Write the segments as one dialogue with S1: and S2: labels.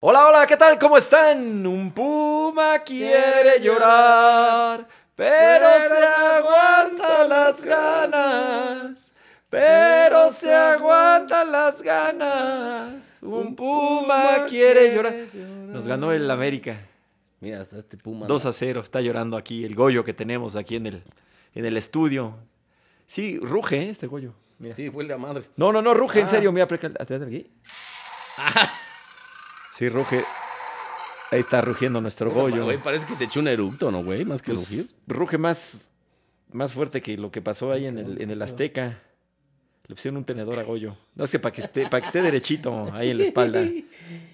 S1: Hola, hola, ¿qué tal? ¿Cómo están? Un puma quiere llorar, pero se aguanta las ganas. Pero se aguanta las ganas. Un puma quiere llorar. Nos ganó el América.
S2: Mira, hasta este Puma.
S1: 2 a 0. Está llorando aquí el Goyo que tenemos aquí en el, en el estudio. Sí, ruge ¿eh? este Goyo. Mira.
S2: Sí, huele a madre.
S1: No, no, no, ruge, en
S2: Ah.
S1: serio. Mira, preca- atrás de aquí. Sí, ruge. Ahí está rugiendo nuestro Goyo.
S2: Güey, parece que se echó un eructo, ¿no, güey? Más que
S1: Pues,
S2: rugir.
S1: ruge más, más fuerte que lo que pasó ahí en el, en el Azteca. Le pusieron un tenedor a Goyo. No, es que para que esté, para que esté derechito ahí en la espalda.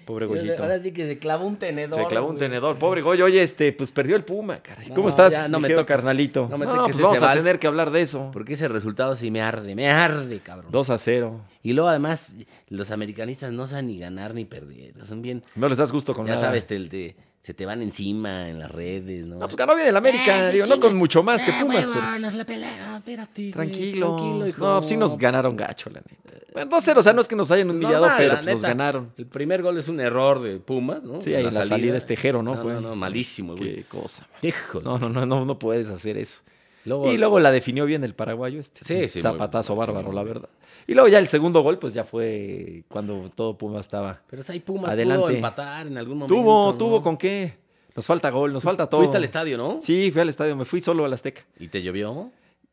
S1: Pobre Goyito.
S3: Ahora sí que se clavó un tenedor.
S1: Se clavó un
S3: güey.
S1: tenedor. Pobre Goyo, oye, este, pues perdió el Puma, caray. ¿Cómo
S2: No,
S1: estás,
S2: ya, no
S1: mi
S2: me
S1: querido
S2: toques.
S1: carnalito?
S2: No me
S1: No, pues
S2: toques ese
S1: vamos a
S2: vals.
S1: tener que hablar de eso.
S2: Porque ese resultado sí me arde, me arde, cabrón.
S1: 2 a 0.
S2: Y luego, además, los americanistas no saben ni ganar ni perder. Son bien.
S1: No les das gusto con
S2: ya
S1: nada.
S2: sabes, te, te- se te van encima en las redes, ¿no?
S1: No, pues ganó bien el América.
S2: Ah, sí,
S1: digo, no
S2: chinga.
S1: con mucho más que
S2: Ah,
S1: Pumas,
S2: huevo,
S1: pero...
S2: nos la pela- ah, espérate, güey,
S1: Tranquilo.
S2: tranquilo, hijo.
S1: No, pues sí nos ganaron gacho, la neta. Bueno, 2 0, o sea, no es que nos hayan
S2: Pues
S1: humillado,
S2: normal,
S1: pero
S2: la
S1: pues, nos
S2: neta,
S1: ganaron.
S2: El primer gol es un error de Pumas, ¿no?
S1: Sí, ahí en la salida, es tejero, ¿no?
S2: No,
S1: Fue-
S2: no, no, malísimo, güey.
S1: Qué cosa. man.
S2: Híjole.
S1: No, no, no, no, no puedes hacer eso.
S2: Luego-
S1: Y luego la definió bien el paraguayo este.
S2: Sí, sí, muy
S1: Zapatazo
S2: bien, sí,
S1: bárbaro,
S2: muy
S1: la
S2: bien.
S1: verdad. Y luego ya el segundo gol, pues ya fue cuando todo Puma estaba.
S2: Pero si hay Pumas,
S1: Adelante.
S2: pudo empatar en algún momento.
S1: Tuvo,
S2: ¿no?
S1: tuvo con qué. Nos falta gol, nos falta todo.
S2: Fuiste al estadio, ¿no?
S1: Sí, fui al estadio, me fui solo al Azteca.
S2: Y te llovió.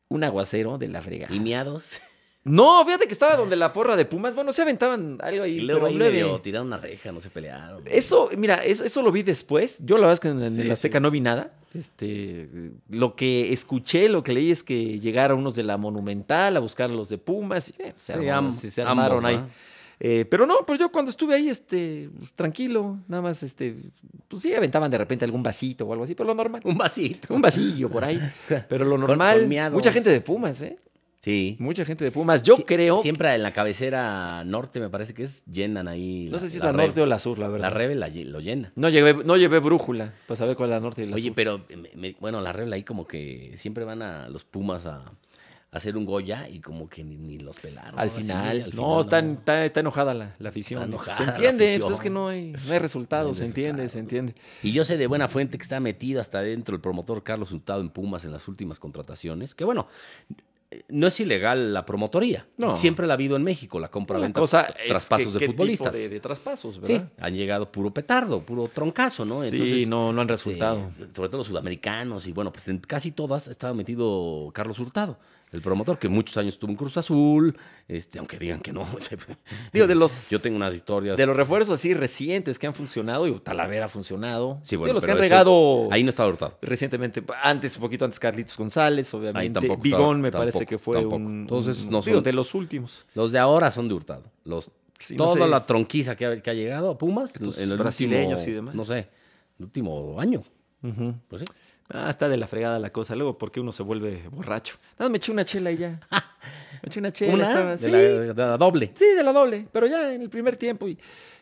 S1: Un aguacero de la fregada.
S2: Y miados.
S1: No, fíjate que estaba donde la porra de Pumas. Bueno, se aventaban algo ahí.
S2: Y luego
S1: pero
S2: ahí
S1: leve.
S2: medio tiraron una reja, no se pelearon.
S1: Eso, mira, eso, eso lo vi después. Yo la verdad es que en, en
S2: Sí,
S1: el Azteca
S2: sí,
S1: no
S2: sí.
S1: vi nada. Este, lo que escuché, lo que leí es que llegaron unos de la Monumental a buscar a los de Pumas. Y, eh, se,
S2: Sí,
S1: armaron,
S2: am-
S1: se- se
S2: ambos,
S1: armaron ahí.
S2: ¿verdad?
S1: Eh, pero no, pero yo cuando estuve ahí, este, tranquilo, nada más, este, pues sí, aventaban de repente algún vasito o algo así, pero lo normal.
S2: Un vasito.
S1: Un vasillo por ahí. Pero lo
S2: Con-
S1: normal.
S2: con miados.
S1: mucha gente de Pumas, ¿eh?
S2: Sí.
S1: Mucha gente de Pumas. Yo
S2: Sí,
S1: creo.
S2: Siempre en la cabecera norte, me parece que es, llenan ahí.
S1: no sé si es
S2: la
S1: la, norte
S2: reve.
S1: o la sur, la verdad.
S2: La Reve la lle- lo llena.
S1: no, llevé, no llevé brújula para saber cuál es la norte y la
S2: Oye,
S1: sur.
S2: pero me- me- bueno, la regla ahí como que siempre van a los Pumas a, a hacer un Goya y como que ni, ni los pelaron.
S1: Al
S2: ¿no? Así,
S1: final, no,
S2: al final
S1: está, está- está enojada la, la afición.
S2: Está enojada
S1: se
S2: la
S1: entiende, pues,
S2: afición.
S1: es que no hay, no hay resultados,
S2: No
S1: se
S2: hay
S1: entiende,
S2: resultados.
S1: se entiende.
S2: Y yo sé de buena fuente que está metido hasta adentro el promotor Carlos Hurtado en Pumas en las últimas contrataciones. Que bueno, eh, no es ilegal la promotoría.
S1: No.
S2: Siempre la ha habido en México, la
S1: La
S2: compra-venta,
S1: cosa
S2: tr-
S1: es
S2: traspasos
S1: que
S2: de
S1: qué tipo
S2: futbolistas.
S1: de, de traspasos,
S2: Sí,
S1: ¿verdad?
S2: han llegado puro petardo, puro troncazo, ¿no?
S1: sí, no, no han
S2: este,
S1: resultado.
S2: sobre todo los sudamericanos y bueno, pues en casi todas estaba metido Carlos Hurtado, el promotor que muchos años tuvo un Cruz Azul, este, aunque digan que no.
S1: Digo, de los-
S2: Yo tengo unas historias.
S1: De los refuerzos así recientes que han funcionado, y Talavera ha funcionado.
S2: Sí,
S1: de
S2: bueno,
S1: los que
S2: pero
S1: han
S2: eso-
S1: regado
S2: Ahí no estaba Hurtado.
S1: recientemente, antes, un poquito antes Carlitos González, obviamente.
S2: tampoco
S1: Bigón
S2: estaba-
S1: me parece
S2: tampoco,
S1: que fue
S2: tampoco.
S1: un.
S2: Todos esos no
S1: digo,
S2: son-
S1: de los últimos.
S2: Los de ahora son de Hurtado. Los,
S1: Sí, no
S2: toda
S1: sé,
S2: la
S1: es-
S2: tronquiza que ha, que ha llegado a Pumas.
S1: Estos
S2: en el
S1: brasileños
S2: último,
S1: y demás.
S2: No sé, el último año.
S1: Ujú.
S2: Pues sí.
S1: Ah, está de la fregada la cosa. Luego, ¿por qué uno se vuelve borracho? Nada, me eché una chela y ya. Me eché una chela.
S2: Una
S1: estaba-
S2: de,
S1: sí,
S2: la, de la doble.
S1: sí, de la doble, pero ya en el primer tiempo. Y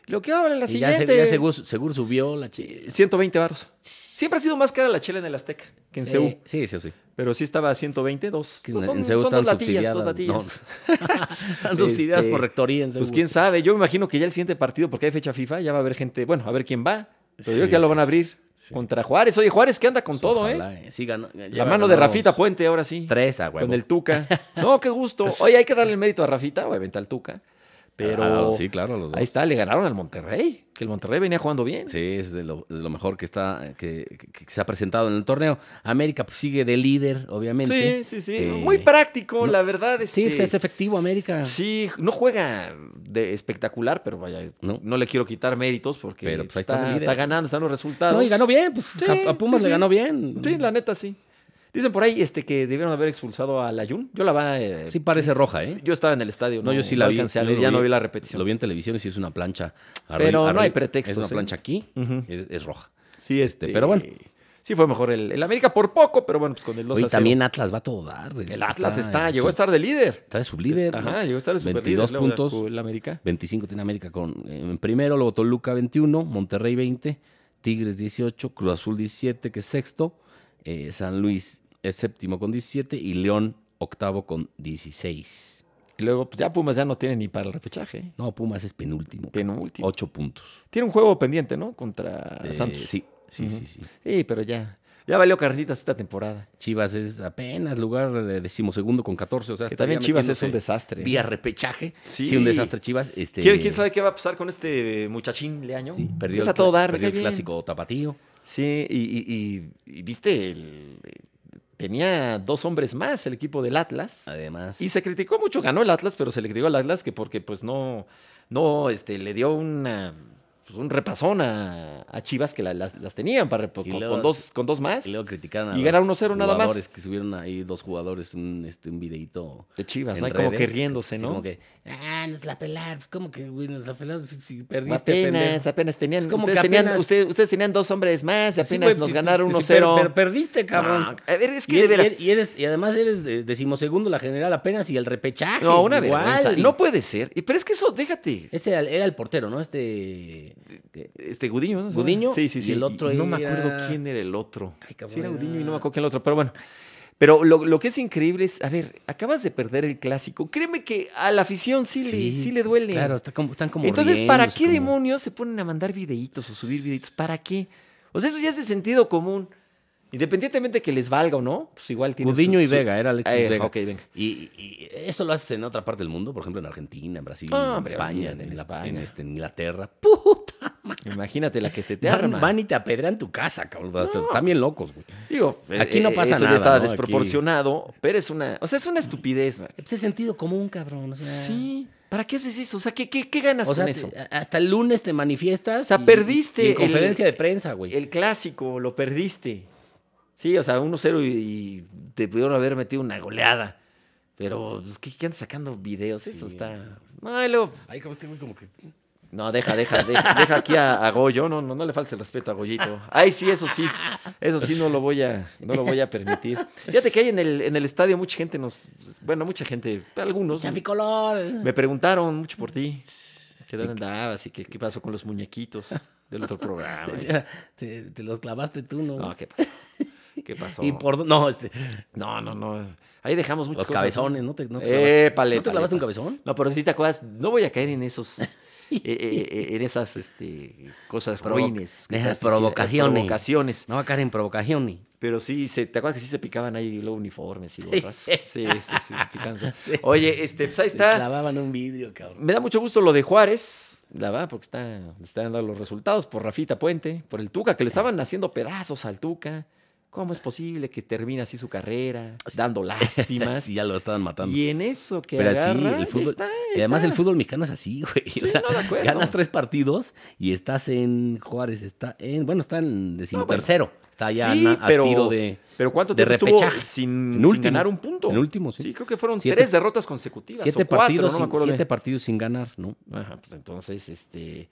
S1: lo que ahora en la
S2: Y ya, se-
S1: siguiente.
S2: ya seguro, seguro subió la chica.
S1: 120 baros. Siempre ha sido más cara la chela en el Azteca que en CEU.
S2: Sí, sí, sí.
S1: Pero sí estaba a 120, dos.
S2: Que
S1: Pues
S2: en-
S1: son,
S2: en CEU
S1: son dos
S2: están
S1: latillas, dos
S2: subsidiadas. No,
S1: latillas.
S2: Están subsidiadas
S1: Este,
S2: por rectoría en
S1: Pues
S2: CEU.
S1: quién sabe, yo me imagino que ya el siguiente partido, porque hay fecha FIFA, ya va a haber gente, bueno, a ver quién va. Pero yo creo
S2: Sí,
S1: que ya lo
S2: sí,
S1: van a
S2: sí.
S1: abrir
S2: Sí. Pues
S1: contra Juárez. Oye, Juárez que anda con todo, ¿eh?
S2: Ojalá, Sí, ganó-
S1: La
S2: lleva
S1: mano de
S2: ganados
S1: Rafita Puente ahora sí.
S2: Tres a huevo.
S1: Con el Tuca. No, qué gusto. Oye, hay que darle el mérito a Rafita, obviamente al Tuca. Pero
S2: Ah, sí, claro, los dos.
S1: ahí está, le ganaron al Monterrey. Que el Monterrey venía jugando bien.
S2: Sí, es de lo, de lo mejor que está que, que- que se ha presentado en el torneo. América pues, sigue de líder, obviamente.
S1: sí, sí. sí.
S2: Eh,
S1: Muy práctico,
S2: no-
S1: la verdad.
S2: Sí,
S1: este,
S2: es efectivo América.
S1: sí, no juega de espectacular, pero vaya, no,
S2: No.
S1: le quiero quitar méritos porque
S2: Pero, pues, ahí está
S1: está,
S2: el líder.
S1: está ganando, están los resultados.
S2: No, y ganó bien, pues
S1: Sí,
S2: a, a Pumas
S1: sí, sí.
S2: le ganó bien.
S1: Sí, la neta, sí. Dicen por ahí este, que debieron haber expulsado a Layun. Yo la va. eh,
S2: Sí parece roja, ¿eh?
S1: Yo estaba en el estadio.
S2: No, yo sí la vi.
S1: alcancé a
S2: yo
S1: ver,
S2: lo
S1: ya no vi la repetición.
S2: Lo vi en televisión y sí es una plancha.
S1: Pero no hay
S2: pretexto.
S1: pretextos,
S2: Es una
S1: ¿eh?
S2: plancha aquí,
S1: Ujú.
S2: es, es roja.
S1: Sí, este.
S2: pero bueno.
S1: Sí fue mejor el, el América por poco, pero bueno, pues con el 2
S2: Oye,
S1: a cero.
S2: también Atlas va a todo dar.
S1: El Atlas está,
S2: en
S1: llegó a
S2: sub-
S1: estar de líder.
S2: Está de sublíder. ¿no?
S1: Ajá, llegó a estar de super
S2: 22 puntos.
S1: El América.
S2: 25 tiene América con, en primero, luego Toluca 21, Monterrey 20, Tigres 18, Cruz Azul 17, que es sexto, eh, San Luis es séptimo con 17 y León octavo con 16.
S1: Y luego, pues ya Pumas ya no tiene ni para el repechaje.
S2: No, Pumas es penúltimo.
S1: Penúltimo.
S2: Ocho puntos.
S1: Tiene un juego pendiente, ¿no? Contra
S2: Eh,
S1: Ah, Santos.
S2: Sí, sí,
S1: Ujú.
S2: sí, sí.
S1: Sí, pero ya. Ya valió carnitas esta temporada.
S2: Chivas es apenas lugar de decimosegundo con 14. O sea,
S1: Que
S2: estaría
S1: también Chivas es un
S2: metiéndose
S1: desastre.
S2: Vía repechaje.
S1: Sí.
S2: Sí. un desastre Chivas. Este,
S1: ¿Quién, quién sabe qué va a pasar con este muchachín Leaño?
S2: sí, perdió
S1: Es
S2: el,
S1: a todo
S2: cla-
S1: dar, me
S2: perdió
S1: cae
S2: el
S1: bien.
S2: clásico tapatío.
S1: Sí, y, y- y- y viste, el- tenía dos hombres más el equipo del Atlas.
S2: Además.
S1: Y se criticó mucho, ganó el Atlas, pero se le criticó al Atlas que porque pues no, no, este, le dio una, pues, un repasón a, a Chivas que la- las, las tenían para, con,
S2: Y luego-
S1: con dos, con dos más
S2: Y luego criticaron a
S1: Y ganaron
S2: los
S1: 1-0 nada más.
S2: jugadores que subieron ahí dos jugadores un, este, un videíto
S1: de Chivas,
S2: en
S1: ¿no? Ahí como que
S2: redes,
S1: riéndose,
S2: sí,
S1: ¿no?
S2: como que, ah, nos la pelaron. Pues como que, güey, nos la pelaron si, si
S1: apenas,
S2: perdiste, pendejo.
S1: apenas tenían,
S2: Es como
S1: ustedes,
S2: que
S1: tenían
S2: apenas-
S1: ustedes, ustedes tenían dos hombres más y
S2: Sí,
S1: apenas
S2: güey,
S1: nos
S2: si-
S1: ganaron
S2: si
S1: 1-0.
S2: per- per- perdiste, cabrón.
S1: No, a ver, es que
S2: y,
S1: de
S2: eres-
S1: veras.
S2: y eres- y además eres de- decimosegundo la general apenas y el repechaje.
S1: No, una
S2: igual.
S1: vergüenza.
S2: Y-
S1: No puede ser. Y- Pero es que eso, déjate.
S2: Este era, el- era el portero, ¿no? Este. que-
S1: Este Gudiño, ¿no?
S2: Gudiño,
S1: Sí, sí, sí.
S2: y el otro
S1: no me
S2: era-
S1: acuerdo quién era el otro.
S2: Ay, cabrón,
S1: sí, era
S2: era-
S1: Gudiño y no me acuerdo quién era el otro. Pero bueno. Pero lo, lo que es increíble es, a ver, acabas de perder el clásico. Créeme que a la afición sí, le, sí le
S2: pues,
S1: duele.
S2: Claro, está como, están como.
S1: Entonces, ¿para
S2: riéndose,
S1: qué
S2: como-
S1: demonios se ponen a mandar videitos o subir videitos? ¿Para qué? O sea, eso ya es de sentido común. Independientemente de que les valga o no, pues igual tiene Eh,
S2: Gudiño y Vega, era Alexis Vega.
S1: Ok, venga.
S2: Y, y eso lo haces en otra parte del mundo, por ejemplo en Argentina, en Brasil,
S1: Ah,
S2: en
S1: hombre,
S2: España, en,
S1: olvídate, en
S2: la-
S1: España.
S2: en, este, en Inglaterra. ¡Puta!
S1: Imagínate la que se te
S2: Van,
S1: arma.
S2: van y te apedrean tu casa, cabrón. Están bien locos, güey.
S1: Digo,
S2: Aquí no
S1: eh,
S2: pasa
S1: eso ya
S2: nada,
S1: estaba
S2: ¿no? Aquí-
S1: desproporcionado, pero es una, o sea, es una estupidez, man.
S2: Ese sentido común, cabrón. O sea,
S1: Sí. ¿Para qué haces eso? O sea, ¿qué, qué, qué ganas
S2: O sea,
S1: con
S2: te-
S1: eso?
S2: hasta el lunes te manifiestas.
S1: O sea,
S2: y-
S1: perdiste
S2: y en
S1: el-
S2: conferencia de prensa, güey.
S1: El clásico lo perdiste. Sí, o sea, 1-0 y, y te pudieron haber metido una goleada. Pero, pues, ¿qué, qué andas sacando videos? Eso
S2: Sí.
S1: está. No, y luego-
S2: Ay, como este güey, como que.
S1: no, deja, deja, deja, deja aquí a, a Goyo. No, no, no le falte el respeto a Goyito. Ay, sí, eso sí. Eso sí, no lo voy a, no lo voy a permitir. Fíjate que hay en el, en el estadio mucha gente nos. Bueno, mucha gente, algunos.
S2: Chaficolor.
S1: Me preguntaron mucho por ti. ¿Qué dónde andabas y qué, qué pasó con los muñequitos del otro programa?
S2: Te, te los clavaste tú, ¿no?
S1: No, ¿qué pasó? ¿Qué pasó?
S2: y por. No, este.
S1: No, no, no. Ahí dejamos muchas
S2: Los
S1: cosas.
S2: cabezones, ¿no? Te, no te clavaste-
S1: Eh, paleta.
S2: ¿No te clavaste un cabezón?
S1: No, pero si te acuerdas, no voy a caer en esos, eh, eh, eh, en esas este, cosas
S2: Provo-
S1: ruines. que
S2: esas
S1: estás diciendo, eh,
S2: provocaciones.
S1: provocaciones.
S2: No va a caer en provocaciones.
S1: Pero sí, se, ¿te acuerdas que sí se picaban ahí los uniformes y gorras? Sí, sí, sí, sí, picando. Oye, este, pues ahí
S2: Te
S1: está.
S2: clavaban un vidrio, cabrón.
S1: Me da mucho gusto lo de Juárez, la verdad, porque está, están dando los resultados por Rafita Puente, por el Tuca, que le estaban haciendo pedazos al Tuca. ¿Cómo es posible que termine así su carrera, dando lástimas?
S2: Sí, ya lo estaban matando.
S1: y en eso que
S2: Pero así,
S1: agarra,
S2: el
S1: ahí
S2: fútbol-
S1: está, ahí
S2: Y además el
S1: está.
S2: fútbol mexicano es así, güey. O
S1: Sí,
S2: sea,
S1: no, de acuerdo.
S2: ganas tres partidos y estás en Juárez, está en, bueno, está en decimotercero. Está ya
S1: Sí,
S2: na- a
S1: pero-
S2: tiro de
S1: Pero ¿cuánto
S2: de
S1: tiempo estuvo
S2: repechaje. En
S1: sin, sin
S2: último.
S1: ganar un punto?
S2: en último, sí.
S1: Sí, creo que fueron
S2: Siete-
S1: tres derrotas consecutivas.
S2: siete
S1: o cuatro,
S2: partidos,
S1: no me
S2: sin,
S1: acuerdo bien.
S2: siete partidos sin ganar, ¿no?
S1: Ajá, pues entonces, este,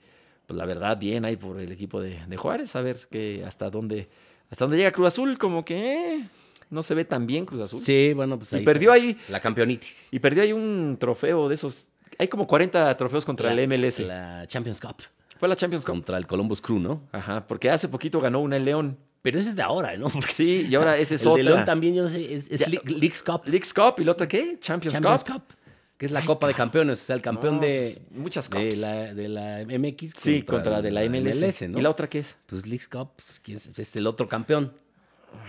S1: pues la verdad, bien ahí por el equipo de, de Juárez, a ver que hasta dónde, hasta dónde llega Cruz Azul, como que eh, no se ve tan bien Cruz Azul.
S2: Sí, bueno, pues
S1: Y
S2: ahí
S1: perdió
S2: está.
S1: ahí-
S2: la campeonitis.
S1: Y perdió ahí un trofeo de esos. Hay como 40 trofeos contra
S2: La-
S1: el MLS.
S2: La Champions Cup
S1: Fue la Champions Cup.
S2: contra el Columbus Crew, ¿no?
S1: Ajá, porque hace poquito ganó una el León.
S2: Pero eso es de ahora, ¿no? Porque
S1: Sí, y ahora ese es
S2: el
S1: otra.
S2: de León también, yo no sé, es, es
S1: Ya.
S2: League- Leagues Cup.
S1: Leagues Cup y la otra qué? Champions,
S2: Champions
S1: Cup.
S2: Cup, que es la Copa de Campeones, o sea, el campeón
S1: No,
S2: de,
S1: pues, muchas
S2: de,
S1: cups.
S2: la, de la MX.
S1: Sí, contra la de la MLS.
S2: ¿no?
S1: ¿Y la otra qué es?
S2: Pues Leagues Cup pues, ¿quién es? es el otro campeón.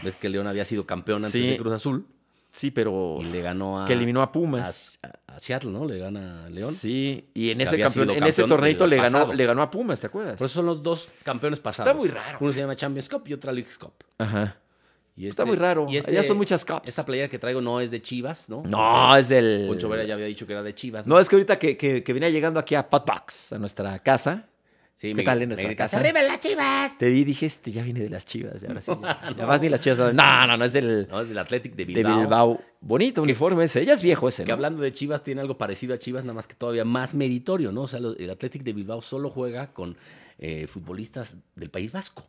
S2: Ves que León había sido campeón antes
S1: Sí.
S2: de Cruz Azul
S1: Sí, pero
S2: y le ganó a.
S1: que eliminó a
S2: a,
S1: Pumas.
S2: a- a Seattle, ¿no? Le gana a León.
S1: Sí, y en
S2: Que
S1: ese,
S2: había sido
S1: campeón, en ese
S2: campeón del
S1: torneito le ganó,
S2: pasado.
S1: le ganó a Pumas, ¿te acuerdas?
S2: Por eso son los dos campeones pasados.
S1: muy raro,
S2: Uno se llama Champions Cup y otro Leagues Cup.
S1: Ajá.
S2: Y
S1: Está
S2: este-
S1: muy raro.
S2: y este-
S1: ya son muchas cups.
S2: Esta playera que traigo no es de Chivas, ¿no?
S1: No, es del.
S2: Poncho Vera ya había dicho que era de Chivas.
S1: No, es que ahorita que, que, que venía llegando aquí a Potbox, a nuestra casa,
S2: Sí,
S1: ¿Qué
S2: me-
S1: tal en
S2: me
S1: nuestra
S2: gritaste,
S1: casa?
S2: ¡Arriba las Chivas!
S1: te vi y dije, este ya viene de las chivas. y ahora sí. ya- ya vas ni las chivas. saben. No, no, no, es del
S2: No, es del Athletic de
S1: de
S2: Bilbao.
S1: Bilbao. Bonito uniforme ese. Ya es viejo ese,
S2: Que
S1: ¿no?
S2: hablando de Chivas, tiene algo parecido a Chivas, nada más que todavía más meritorio, ¿no? O sea, lo- el Athletic de Bilbao solo juega con eh, futbolistas del País Vasco,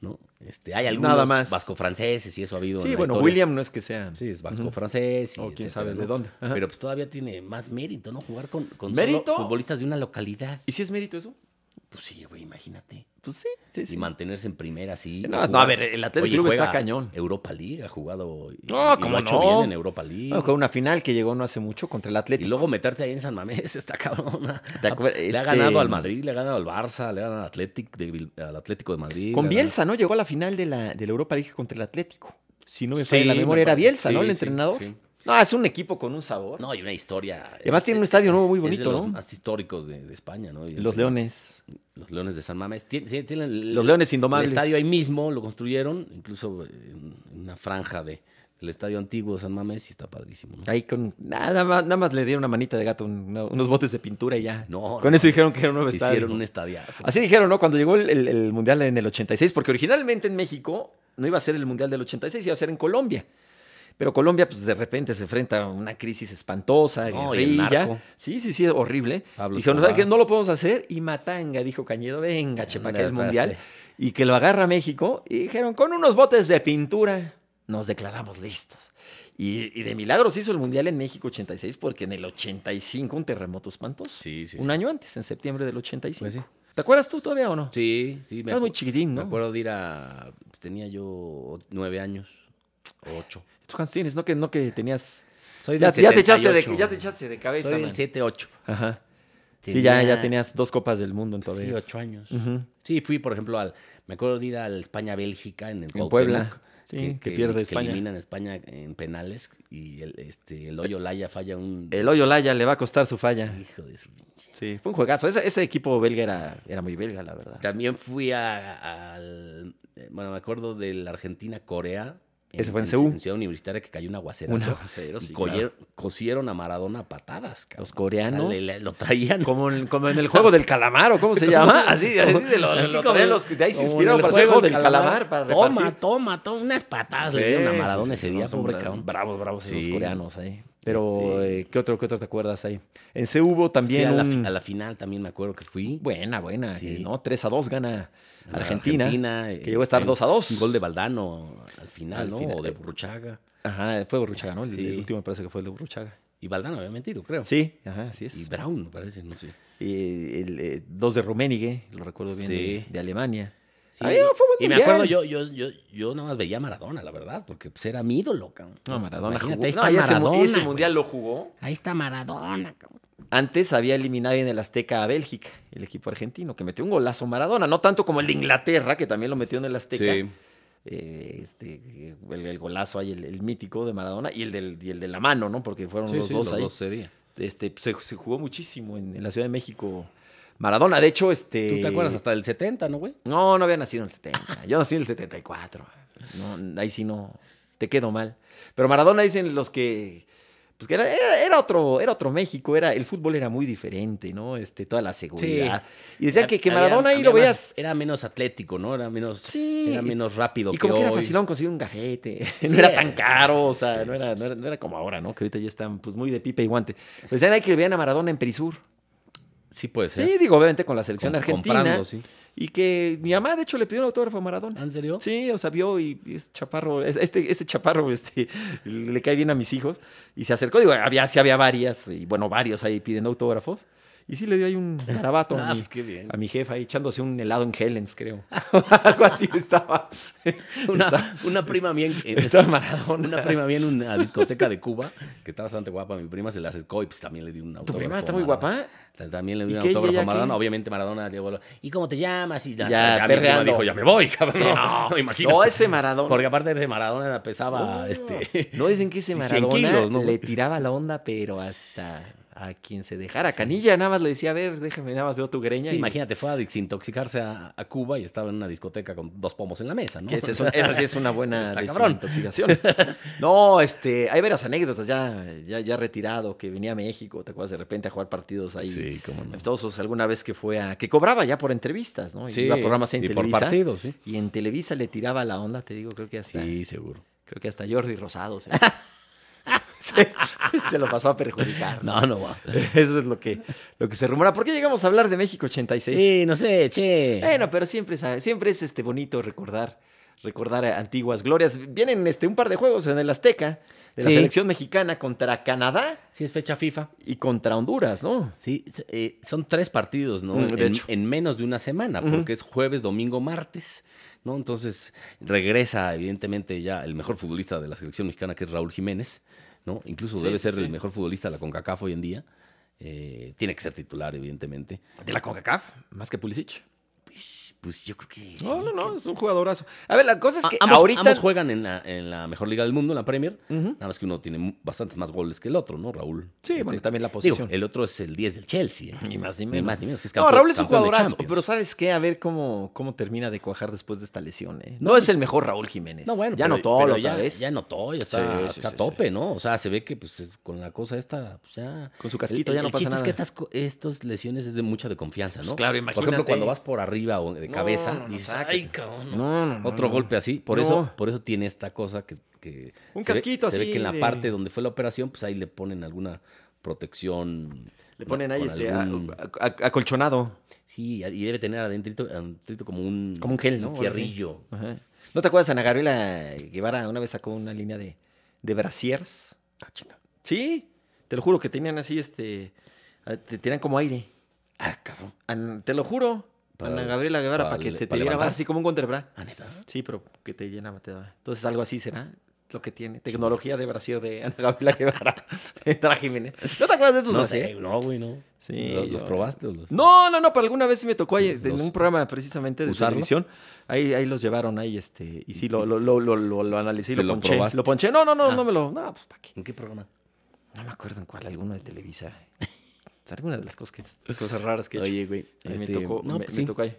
S2: ¿no? Este, hay algunos
S1: Nada más.
S2: vasco-franceses y eso ha habido en
S1: Sí,
S2: la
S1: bueno,
S2: historia.
S1: William no es que sea.
S2: Sí, es vasco-francés y
S1: O quién
S2: etcétera,
S1: sabe de
S2: ¿no?
S1: dónde. Ajá.
S2: Pero pues todavía tiene más mérito, ¿no? Jugar con, con
S1: ¿Mérito?
S2: solo futbolistas de una localidad.
S1: ¿Y si es mérito eso?
S2: Pues sí, güey, imagínate.
S1: Pues sí, sí, sí.
S2: Y mantenerse en primera, sí.
S1: No,
S2: Ha
S1: no,
S2: jugado-
S1: a ver, el Athletic
S2: Oye,
S1: Club
S2: juega
S1: está cañón.
S2: Europa League ha jugado. y-
S1: No,
S2: y lo
S1: ¿cómo
S2: ha hecho
S1: no?
S2: bien en Europa League.
S1: Bueno, con una final que llegó no hace mucho contra el
S2: y
S1: Atlético.
S2: luego meterte ahí en San Mamés, está cabrona.
S1: ¿Te acuerdas?
S2: Le ha
S1: Este-
S2: ganado al Madrid, le ha ganado al Barça, le ha ganado al, Athletic de Bil- al Atlético de Madrid. le
S1: Con
S2: ha
S1: Bielsa, ¿no? Llegó a la final de la, de la Europa League contra el Atlético. Si no me
S2: ganado-
S1: falla
S2: Sí,
S1: la
S2: me
S1: memoria, era
S2: parece,
S1: Bielsa, ¿no?
S2: sí,
S1: El
S2: sí,
S1: entrenador.
S2: sí.
S1: No, es un equipo con un sabor.
S2: No, y una historia. este,
S1: Además tiene un estadio nuevo muy
S2: es de
S1: bonito,
S2: los
S1: ¿no?
S2: más históricos de, de España, ¿no?
S1: Los Leones.
S2: Los Leones de San Mamés. Tien- sí, tienen el-
S1: Los Leones
S2: el
S1: Indomables.
S2: estadio ahí mismo, lo construyeron, incluso en en una franja de, del estadio antiguo de San Mamés y está padrísimo, ¿no?
S1: Ahí con nada más, nada más le dieron una manita de gato, un- unos botes de pintura y ya.
S2: No,
S1: con
S2: no,
S1: eso dijeron que era un nuevo estadio.
S2: Hicieron un estadiazo.
S1: Así dijeron, ¿no? Cuando llegó el, el- el Mundial en el 86, porque originalmente en México no iba a ser el Mundial del 86, iba a ser en Colombia. Pero Colombia, pues de repente se enfrenta a una crisis espantosa,
S2: No, y el narco.
S1: guerrilla. Sí, sí, sí, horrible.
S2: Pablo
S1: dijeron,
S2: Escobar.
S1: ¿saben qué? No lo podemos hacer. Y Matanga dijo Cañedo, venga, chepa, que
S2: Ándale,
S1: el Mundial.
S2: pase.
S1: Y que lo agarra México. Y dijeron, con unos botes de pintura, nos declaramos listos. Y, y de milagros hizo el Mundial en México 86, porque en el 85 un terremoto espantoso.
S2: Sí, sí.
S1: Un año antes, en septiembre del 85.
S2: Pues sí.
S1: ¿Te acuerdas tú todavía o no?
S2: Sí, sí. Me,
S1: Eras muy
S2: acu-
S1: chiquitín, ¿no?
S2: me acuerdo de ir a... pues, tenía yo nueve años, ocho.
S1: ¿Tú cuántos tienes? No que, no que tenías...
S2: Soy
S1: Ya,
S2: del
S1: ya te echaste de,
S2: 78.
S1: ya te echaste de cabeza,
S2: Soy
S1: man.
S2: del 7, 8.
S1: Ajá. Sí, ya, ya tenías dos copas del mundo en tu
S2: Sí,
S1: vida.
S2: 8 años.
S1: Ujú.
S2: Sí, fui, por ejemplo, al. Me acuerdo de ir al España-Bélgica en el
S1: En
S2: Cuauhtémoc,
S1: Puebla. Sí, que, pierde
S2: que
S1: España.
S2: eliminan a España en penales y el, este, el hoyo Laya falla un.
S1: El hoyo Laya le va a costar su falla.
S2: Hijo de su pinche.
S1: Sí, fue un juegazo. Ese, ese equipo belga era, era muy belga, la verdad.
S2: También fui a- al. eh, Bueno, me acuerdo de la Argentina-Corea.
S1: Ese fue en Seúl.
S2: En Ciudad Universitaria que cayó un aguacero.
S1: Un aguacero, sí, claro.
S2: Cosieron a Maradona a patadas, cabrón.
S1: Los coreanos.
S2: O sea, le- le- lo traían.
S1: Como en, como en el juego del calamar, ¿o cómo se llama? Así, así de, lo,
S2: Aquí
S1: lo
S2: como
S1: traían
S2: en-
S1: los que de ahí se
S2: como en
S1: inspiraron
S2: el
S1: para hacer el
S2: juego
S1: juego del calamar. Para
S2: toma,
S1: repartir.
S2: toma, toma, unas patadas. le dieron a Maradona ese día,
S1: son
S2: pobre
S1: bra-
S2: cabrón.
S1: Bravos, bravos esos
S2: Sí.
S1: coreanos ahí. Pero,
S2: Este-
S1: eh, ¿qué, otro, ¿qué otro te acuerdas ahí? En C hubo
S2: Fui
S1: también
S2: a, la,
S1: un-
S2: fi- a la final también me acuerdo que fui.
S1: Buena, buena. que,
S2: Sí.
S1: ¿no? 3 a 2 gana
S2: Ganó
S1: Argentina.
S2: Argentina,
S1: que
S2: eh,
S1: llegó a estar
S2: en-
S1: 2 a 2.
S2: Un gol de Valdano al final,
S1: Al
S2: ¿no?
S1: final. eh.
S2: O de Burruchaga.
S1: Ajá, fue Burruchaga, ¿no? El,
S2: Sí.
S1: el último me parece que fue el de Burruchaga.
S2: Y Valdano había metido, creo.
S1: Sí, ajá, así
S2: Y
S1: es.
S2: Brown, me parece, no sé.
S1: Y el, eh, dos de Rummenigge, lo recuerdo bien,
S2: Sí.
S1: de, de Alemania.
S2: Sí,
S1: Ay, no, fue buen
S2: y me
S1: mundial.
S2: acuerdo, yo, yo, yo, yo nada más veía a Maradona, la verdad, porque pues, era mi ídolo, cabrón. Pues,
S1: No, Maradona jugó.
S2: Imagínate,
S1: No, y
S2: Ahí está
S1: ese, mu-
S2: Maradona,
S1: ese
S2: güey.
S1: mundial lo jugó.
S2: Ahí está Maradona, cabrón.
S1: Antes había eliminado en el Azteca a Bélgica, el equipo argentino, que metió un golazo Maradona, no tanto como el de Inglaterra, que también lo metió en el Azteca.
S2: Sí.
S1: Eh, este, el, el golazo ahí, el, el mítico de Maradona y el, del, y el de la mano, ¿no? Porque fueron
S2: Sí,
S1: los
S2: sí,
S1: dos
S2: los
S1: ahí.
S2: dos ese día.
S1: Este, se, se jugó muchísimo en, en la Ciudad de México. Maradona, de hecho, este.
S2: ¿Tú te acuerdas hasta del 70, no, güey?
S1: No, no había nacido en el 70. Yo nací en el 74. No, ahí sí no. Te quedo mal. Pero Maradona dicen los que. Pues que era, era- era otro, era otro México, era, el fútbol era muy diferente, ¿no? Este, toda la seguridad. Y decían que, que
S2: Había-
S1: Maradona ahí
S2: había
S1: lo
S2: más-
S1: veías.
S2: Era menos atlético, ¿no? Era menos,
S1: Sí,
S2: era
S1: y-
S2: menos rápido.
S1: Y como que era
S2: hoy.
S1: facilón conseguir un gafete.
S2: Sí,
S1: no era tan
S2: sí,
S1: caro, o sea,
S2: sí,
S1: no, era,
S2: sí,
S1: no, era, no era como ahora, ¿no? Que ahorita ya están pues muy de pipa y guante. Pues decían ahí que veían a Maradona en Perisur.
S2: Sí, puede
S1: Sí,
S2: ser.
S1: digo, obviamente con la selección
S2: Com-
S1: argentina.
S2: comprando, sí.
S1: Y que mi mamá, de hecho, le pidió un autógrafo a Maradona.
S2: ¿Ah, ¿En serio?
S1: Sí, o sea, vio y y es chaparro, es- este, este chaparro este, le cae bien a mis hijos y se acercó, digo, había, sí había varias, y bueno, varios ahí pidiendo autógrafos. Y sí le dio ahí un garabato
S2: Ah,
S1: a, mi,
S2: pues qué bien.
S1: a mi jefa ahí echándose un helado en Helens, creo. Algo así estaba.
S2: Una, una prima mía en- en-
S1: Estaba Maradona.
S2: una prima mía en una discoteca de Cuba que está bastante guapa. Mi prima se la acercó y pues también le di un autógrafo.
S1: Tu prima
S2: a
S1: está muy
S2: Maradona.
S1: guapa.
S2: Ta- También le
S1: ¿Y
S2: di un
S1: qué? ¿Y
S2: autógrafo
S1: ella
S2: a Maradona.
S1: qué?
S2: Obviamente Maradona le voló. ¿Y cómo te llamas? Y la-
S1: Ya,
S2: mi prima
S1: perreando.
S2: dijo, ya me voy, cabrón. No, imagínate.
S1: No, Uh. ese Maradona.
S2: Porque aparte de Maradona pesaba
S1: No,
S2: este.
S1: No dicen que ese
S2: Sí, 100
S1: Maradona
S2: kilos, ¿no?
S1: le tiraba la onda, pero hasta a quien se dejara. Canilla nada más le decía, a ver, déjame, nada más veo tu greña.
S2: Sí,
S1: y-
S2: imagínate, fue a desintoxicarse a, a Cuba y estaba en una discoteca con dos pomos en la mesa, ¿no?
S1: Que esa, es un- esa sí es una buena
S2: Está cabrón.
S1: desintoxicación. No, este, hay veras anécdotas ya, ya, ya retirado, que venía a México, ¿te acuerdas? De repente a jugar partidos ahí.
S2: Sí, cómo no.
S1: Entonces, alguna vez que fue a. que cobraba ya por entrevistas, ¿no? Y
S2: Sí,
S1: iba a programas en
S2: y por
S1: Televisa.
S2: partidos, sí.
S1: Y en Televisa le tiraba la onda, te digo, creo que hasta.
S2: Sí, seguro.
S1: Creo que hasta Jordi Rosado se, se, se lo pasó a perjudicar. ¿no?
S2: No, no va.
S1: Eso es lo que, lo que se rumora. ¿Por qué llegamos a hablar de México 86?
S2: Sí, no sé, che.
S1: Bueno, pero siempre, es- siempre es este bonito recordar, recordar a antiguas glorias. Vienen este, un par de juegos en el Azteca de la
S2: Sí.
S1: selección mexicana contra Canadá
S2: Sí, es fecha FIFA.
S1: y contra Honduras, ¿no?
S2: Sí, s- eh, son tres partidos, ¿no?
S1: Mm, de
S2: en,
S1: hecho.
S2: en menos de una semana,
S1: Ujú.
S2: porque es jueves, domingo, martes, ¿no? Entonces regresa, evidentemente, ya el mejor futbolista de la selección mexicana, que es Raúl Jiménez, ¿no? Incluso
S1: Sí,
S2: debe
S1: sí,
S2: ser
S1: sí.
S2: el mejor futbolista de la CONCACAF hoy en día. Eh, tiene que ser titular, evidentemente.
S1: De la CONCACAF, más que Pulisic.
S2: Pues, pues yo creo que. sí,
S1: No, no, no,
S2: que-
S1: es un jugadorazo. A ver, la cosa es que
S2: A- ambos,
S1: ahorita...
S2: ambos juegan en la, en la mejor liga del mundo, en la Premier.
S1: Ujú.
S2: Nada más que uno tiene mu- bastantes más goles que el otro, ¿no, Raúl?
S1: Sí,
S2: Este,
S1: bueno, también la
S2: digo,
S1: posición.
S2: el otro es el 10 del Chelsea. ¿eh?
S1: Ni más ni
S2: Ni
S1: menos.
S2: más ni menos, que es
S1: no,
S2: campeón-
S1: Raúl es un
S2: campeón de
S1: jugadorazo,
S2: Champions.
S1: pero ¿sabes qué? A ver cómo, cómo termina de cuajar después de esta lesión, ¿eh? No,
S2: No,
S1: es el mejor Raúl Jiménez.
S2: No, bueno,
S1: ya
S2: pero-
S1: anotó
S2: pero
S1: la
S2: ya,
S1: otra vez.
S2: Ya anotó, ya está,
S1: Sí, sí,
S2: está a
S1: sí,
S2: tope, ¿no? O sea, se ve que pues, es- con la cosa esta, pues ya.
S1: Con su casquito
S2: El-
S1: ya no
S2: el
S1: pasa
S2: chiste
S1: nada.
S2: es que estas, co- estas lesiones es de mucha de confianza, ¿no?
S1: Pues claro,
S2: Por
S1: imagínate.
S2: ejemplo, cuando vas por arriba o de
S1: No,
S2: cabeza,
S1: no, no,
S2: dices,
S1: sácate.
S2: ay, cabrón. no".
S1: No, no, no,
S2: Otro
S1: no.
S2: golpe así. Por,
S1: No.
S2: eso, por eso tiene esta cosa que. que
S1: Un
S2: se ve-
S1: casquito
S2: Se ve
S1: así
S2: que en la
S1: de-
S2: parte donde fue la operación, pues ahí le ponen alguna protección.
S1: Le
S2: ¿no?
S1: ponen ahí
S2: Con
S1: este
S2: algún-
S1: a- a- a- acolchonado.
S2: Sí, y debe tener adentrito, adentrito como un.
S1: Como un gel, ¿no?
S2: Un fierrillo.
S1: Ajá. ¿No te acuerdas? Ana Gabriela Guevara una vez sacó una línea de, de brasiers.
S2: Ah, chinga.
S1: Sí, te lo juro que tenían así, este, a- te tenían como aire.
S2: Ah, cabrón.
S1: An- te lo juro,
S2: Para-
S1: Ana Gabriela Guevara, para,
S2: para
S1: que
S2: le-
S1: se te
S2: para
S1: diera más,
S2: levantar.
S1: así como un contrabra.
S2: Ah, neta.
S1: Sí, pero que te llenaba, te daba. Entonces algo así será lo que tiene. Tecnología de brasier de Ana Gabriela Guevara. de Tara Jiménez. ¿No te acuerdas de esos
S2: No
S1: brasier?
S2: sé, no, güey, no.
S1: Sí,
S2: ¿Los, los
S1: yo-
S2: probaste o los-
S1: No, no, no, pero alguna vez sí me tocó ahí, en
S2: Los-
S1: un programa precisamente de
S2: ¿Usarlo?
S1: televisión. Ahí, ahí los llevaron ahí, este, y sí, lo, lo, lo, lo, lo- lo analicé y
S2: ¿Te
S1: lo
S2: lo
S1: ponché.
S2: probaste?
S1: Lo ponché. No, no, no,
S2: Ah.
S1: no me lo. No, pues para qué.
S2: ¿En qué programa?
S1: No me acuerdo en cuál, alguno de Televisa. Es alguna de las cosas, que- cosas raras que he hecho.
S2: Oye, güey.
S1: Ahí me
S2: este,
S1: tocó,
S2: no,
S1: me,
S2: pues
S1: me
S2: sí.
S1: tocó ahí.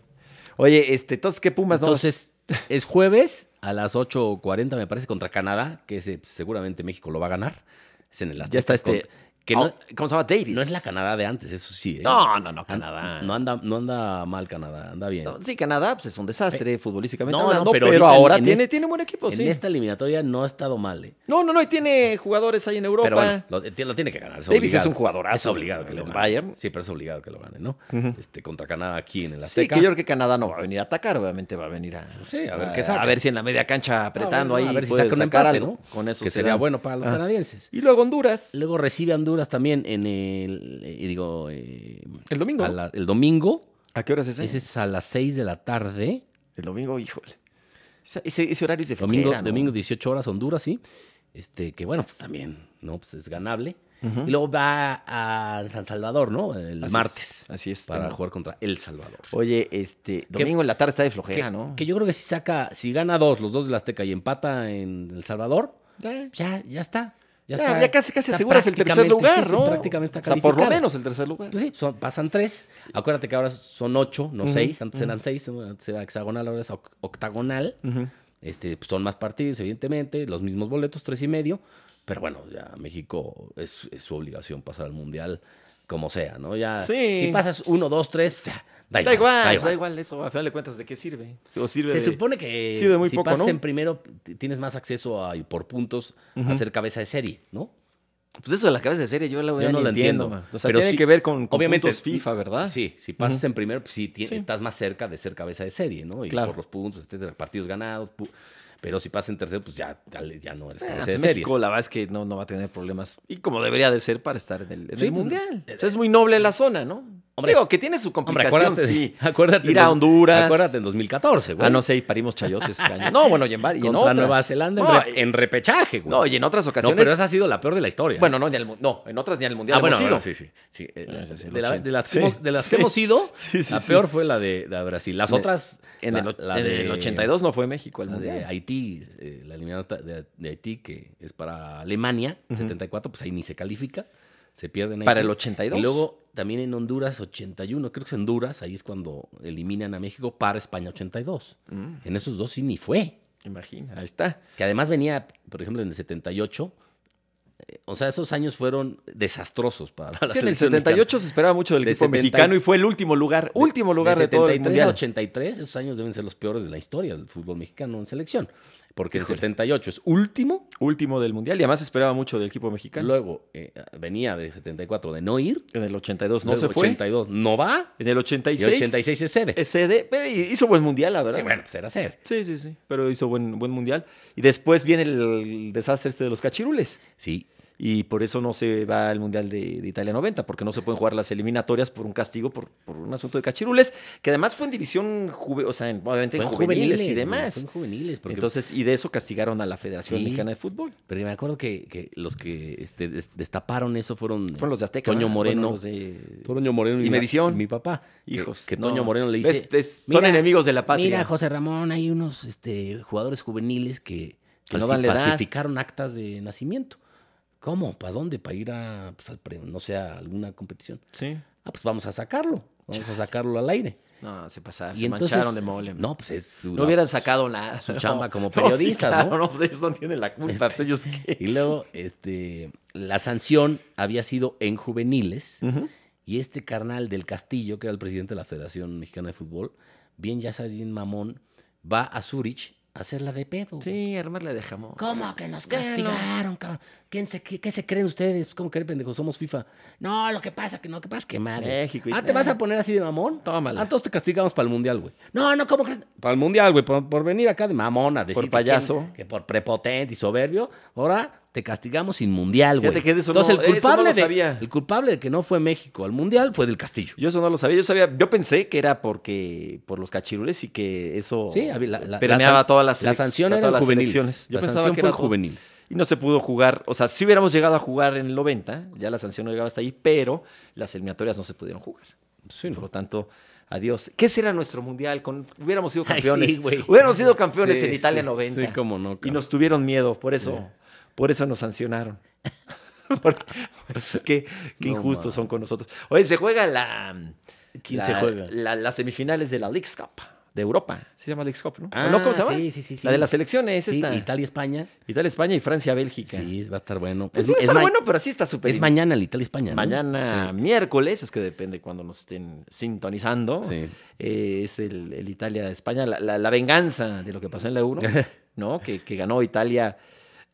S1: Oye, este, entonces, ¿qué Pumas no?
S2: Entonces, es jueves a las 8.40, me parece, contra Canadá, que ese, pues, seguramente México lo va a ganar. Es en el Azteca
S1: ya está este.
S2: contra- que no,
S1: oh, ¿Cómo se llama? Davis.
S2: no es la Canadá de antes, eso sí. ¿eh?
S1: No, no, no,
S2: An-
S1: Canadá.
S2: No anda, no anda mal Canadá, anda bien.
S1: No, sí, Canadá pues, es un desastre futbolísticamente
S2: Eh, no, no,
S1: hablando, pero,
S2: pero ahorita en-
S1: ahora
S2: en
S1: tiene,
S2: este-
S1: tiene un buen equipo,
S2: en
S1: pues sí.
S2: esta eliminatoria no ha estado mal, ¿eh?
S1: No, no, no, y tiene jugadores ahí en Europa.
S2: Pero bueno, lo, eh, lo tiene que ganar.
S1: Davis
S2: obligado.
S1: es un jugadorazo
S2: Es obligado que
S1: del
S2: lo gane.
S1: Bayern.
S2: Sí, pero es obligado que lo gane, ¿no?
S1: Ujú.
S2: este, contra Canadá aquí en el
S1: Sí,
S2: Azteca.
S1: que yo creo que Canadá no va a venir a atacar, obviamente va a venir a,
S2: Sí, a ver qué saca.
S1: a ver si en la media cancha apretando
S2: Ah, bueno,
S1: ahí
S2: A ver si
S1: puede
S2: saca un
S1: sacar
S2: empate,
S1: algo.
S2: ¿no?
S1: Con eso
S2: que
S1: se
S2: sería
S1: dan.
S2: bueno para los
S1: Ah.
S2: canadienses.
S1: Y luego Honduras
S2: Luego recibe a Honduras también en el, eh, digo, eh,
S1: el domingo.
S2: a
S1: ¿no?
S2: la- el domingo.
S1: ¿A qué horas es?
S2: Ese
S1: Ese
S2: es a las 6 de la tarde.
S1: El domingo, híjole. Ese, ese- ese horario es de
S2: Domingo,
S1: flojera, ¿no?
S2: domingo 18 horas Honduras, sí. Este, que bueno, pues también, ¿no? Pues es ganable.
S1: Ujú.
S2: Y luego va a San Salvador, ¿no? El
S1: Así
S2: martes.
S1: es, Este, así es.
S2: Para
S1: tengo-
S2: jugar contra El Salvador.
S1: Oye, este, domingo en la tarde está de flojera,
S2: que,
S1: ¿no?
S2: que yo creo que si saca, si gana dos, los dos de la Azteca y empata en El Salvador,
S1: ya,
S2: ya, ya está. Ya,
S1: Eh, ya-
S2: está-
S1: ya casi casi
S2: está
S1: aseguras el tercer
S2: prácticamente-
S1: lugar,
S2: sí, sí,
S1: ¿no?
S2: prácticamente está
S1: O sea, por lo
S2: calificado.
S1: menos el tercer lugar.
S2: Pues sí, son- pasan tres. Acuérdate que ahora son ocho, no
S1: Ujú,
S2: seis. Antes eran
S1: ujú.
S2: seis, antes era hexagonal, ahora es oc- octagonal.
S1: Ujú.
S2: Este, pues son más partidos, evidentemente, los mismos boletos, tres y medio. Pero bueno, ya México es, es su obligación pasar al mundial como sea, ¿no? Ya,
S1: Sí.
S2: Si pasas uno, dos, tres, pues, ya, da,
S1: Da igual, da igual,
S2: da igual.
S1: eso. A final de cuentas, ¿de qué sirve? O sirve
S2: Se
S1: de-
S2: supone que
S1: sí, de muy
S2: si
S1: poco,
S2: pasas
S1: ¿no?
S2: en primero, t- tienes más acceso a, y por puntos,
S1: Ujú.
S2: a ser cabeza de serie, ¿no?
S1: Pues eso de la cabeza de serie yo la voy
S2: Yo
S1: a
S2: no
S1: no
S2: la
S1: entiendo.
S2: entiendo.
S1: man. O sea,
S2: Pero
S1: tiene
S2: sí,
S1: que ver con, con
S2: obviamente,
S1: puntos FIFA, ¿verdad?
S2: Sí, si pasas
S1: Ah, Ujú.
S2: en primero, pues sí, ti-
S1: Sí.
S2: estás más cerca de ser cabeza de serie, ¿no? Y
S1: Claro.
S2: por los puntos, etcétera, partidos ganados. pu- Pero si pasas en tercero, pues ya, ya, le- ya no eres
S1: Ah,
S2: cabeza de
S1: pues
S2: serie.
S1: México, la verdad es que no, no va a tener problemas. Y como debería de ser para estar en el, en
S2: Sí,
S1: el
S2: pues,
S1: mundial.
S2: eh,
S1: O sea, es muy noble la zona, ¿no?
S2: Hombre,
S1: Digo, que tiene su
S2: Hombre,
S1: complicación,
S2: acuérdate,
S1: sí.
S2: acuérdate.
S1: Ir a
S2: en dos-
S1: Honduras.
S2: Acuérdate en 2014, güey.
S1: Ah, no sé, y parimos chayotes. caña. no, bueno, y en, vari- y en
S2: Contra
S1: otras.
S2: Nueva Zelanda en
S1: No,
S2: re- en repechaje, güey.
S1: no, y en otras
S2: No,
S1: ocasiones.
S2: pero esa ha sido la peor de la historia.
S1: Bueno, no, ni al mu- no, en otras ni al mundial
S2: Ah, bueno,
S1: hemos ido.
S2: bueno, sí, sí. Sí, eh,
S1: Ah, sí, sí,
S2: de,
S1: lo
S2: la-
S1: siento.
S2: de las, que
S1: Sí,
S2: hemos- de las
S1: sí.
S2: que hemos ido,
S1: Sí, sí,
S2: la
S1: sí.
S2: peor fue la de, la de Brasil. Las
S1: En-
S2: otras,
S1: En,
S2: la-
S1: el,
S2: la
S1: en
S2: de-
S1: el 82 no fue México el
S2: la de
S1: mundial.
S2: Haití, eh, la eliminatoria de, de Haití, que es para Alemania,
S1: Ujú.
S2: 74, pues ahí ni se califica, se pierden ahí.
S1: Para el 82.
S2: Y luego también en Honduras, 81, creo que es Honduras, ahí es cuando eliminan a México para España, 82.
S1: Mm,
S2: En esos dos sí ni fue.
S1: imagina, ahí está.
S2: Que además venía, por ejemplo, en el 78. eh, O sea, esos años fueron desastrosos para la
S1: Sí, en el
S2: selección mexicana.
S1: 78 se esperaba mucho del
S2: De
S1: equipo
S2: 70 y-
S1: mexicano y fue el último lugar, último lugar de, todo el
S2: 73 a
S1: mundial.
S2: 83, esos años deben ser los peores de la historia del fútbol mexicano en selección. porque
S1: Híjole.
S2: el 78 es último.
S1: Último del Mundial y además esperaba mucho del equipo mexicano.
S2: Luego eh, venía de 74 de no ir.
S1: En el 82 no
S2: luego
S1: se fue.
S2: 82 no va.
S1: En el
S2: Y
S1: 86.
S2: el 86 es sede.
S1: es CD, pero hizo buen Mundial, la verdad.
S2: Sí, bueno, pues era sede.
S1: Sí, sí, sí. Pero hizo buen, buen mundial. Y después viene el desastre este de los cachirules.
S2: Sí,
S1: Y por eso no se va al Mundial de, de Italia 90, porque no se pueden jugar las eliminatorias por un castigo, por, por un asunto de cachirules, que además fue en división, juve- o sea, en- obviamente en
S2: Fueron
S1: juveniles, y
S2: güey,
S1: demás.
S2: fueron juveniles. Porque,
S1: Entonces, y de eso castigaron a la Federación
S2: Sí.
S1: Mexicana de Fútbol.
S2: pero me acuerdo que, que los que este, des- destaparon eso fueron,
S1: Fueron los de Azteca.
S2: Toño
S1: ¿verdad?
S2: Moreno.
S1: Fueron los de-
S2: Toño Moreno
S1: Y
S2: mi-
S1: Mevisión.
S2: mi papá. que-
S1: Hijos.
S2: Que,
S1: no.
S2: Toño Moreno le dice.
S1: Ves, es- son
S2: "Mira,
S1: enemigos de la patria.
S2: Mira, José Ramón, hay unos este, jugadores juveniles que,
S1: Que no
S2: falsi-
S1: dan la edad.
S2: falsificaron actas de nacimiento. ¿Cómo? ¿Para dónde? ¿Para ir a, pues, al pre- no sé, a alguna competición?
S1: Sí.
S2: Ah, pues vamos a sacarlo. Vamos a sacarlo al aire.
S1: No, se pasaron,
S2: Y
S1: se
S2: entonces-
S1: mancharon de mole.
S2: No, pues es su-
S1: No hubieran sacado nada.
S2: su chamba como
S1: sí,
S2: periodistas, ¿no? Este,
S1: claro, pues ellos no tienen la culpa. pues ellos qué.
S2: Y luego, este, la sanción había sido en juveniles.
S1: Ujú.
S2: Y este carnal del Castillo, que era el presidente de la Federación Mexicana de Fútbol, bien, ya sabes, bien mamón, va a Zurich a hacerla de pedo. güey.
S1: Sí, armarle de jamón.
S2: ¿Cómo que nos
S1: Claro.
S2: castigaron, cabrón? ¿Quién se- qué, qué se creen ustedes? ¿Cómo creen, pendejos? Somos FIFA. No, lo que pasa, que no, que pasa, que madres.
S1: México y-
S2: Ah, ¿te vas a poner así de mamón?
S1: Tómala.
S2: Ah, entonces te castigamos para el mundial, güey. No, no, ¿cómo crees? Para el mundial, güey, por, por venir acá de mamona. decirte quién-
S1: payaso.
S2: que por prepotente y soberbio. Ahora te castigamos sin mundial, güey.
S1: Fíjate que de eso
S2: entonces
S1: no-
S2: el
S1: eso
S2: culpable
S1: no lo
S2: de,
S1: sabía.
S2: El culpable de que no fue México al mundial fue del Castillo.
S1: Yo eso no lo sabía. Yo sabía, yo pensé que era porque por los cachirules y que eso
S2: Sí, había la, la-
S1: permeaba
S2: la
S1: a
S2: san-
S1: todas las
S2: La
S1: selec-
S2: sanción
S1: a
S2: era
S1: todas las
S2: juveniles.
S1: selecciones. Yo
S2: la
S1: pensaba
S2: sanción
S1: que
S2: fue
S1: era
S2: en juveniles.
S1: Y no se pudo jugar, o sea, si hubiéramos llegado a jugar en el 90, ya la sanción no llegaba hasta ahí, pero las eliminatorias no se pudieron jugar.
S2: Sí,
S1: Por
S2: ¿no?
S1: lo tanto, adiós. ¿Qué será nuestro mundial? Con, hubiéramos sido
S2: Ay,
S1: campeones.
S2: sí, güey.
S1: hubiéramos sido campeones
S2: Sí,
S1: en Italia
S2: sí,
S1: 90.
S2: sí, cómo no,
S1: Y
S2: cabrón.
S1: nos tuvieron miedo, por eso,
S2: Sí.
S1: por eso nos sancionaron. Porque- qué qué
S2: No
S1: injustos
S2: mames.
S1: son con nosotros. Oye, se juega la.
S2: ¿Quién
S1: la-
S2: se juega?
S1: la- las semifinales de la League Cup de Europa. Se llama League Cup, ¿no?
S2: Ah,
S1: ¿No? ¿Cómo se llama?
S2: sí, sí, sí, sí.
S1: La de las selecciones,
S2: Sí,
S1: esta. Italia.
S2: Italia, España.
S1: España y Francia, Bélgica.
S2: Sí, va a estar bueno.
S1: Pues
S2: Es-
S1: sí, va a
S2: es
S1: estar
S2: ma-
S1: bueno, pero sí está súper.
S2: Es mañana el Italia-España. ¿no?
S1: Mañana miércoles, es que depende cuando nos estén sintonizando.
S2: Sí.
S1: Eh, es el, el Italia-España, la, la- la venganza de lo que pasó en la Euro, ¿no? Que, que ganó Italia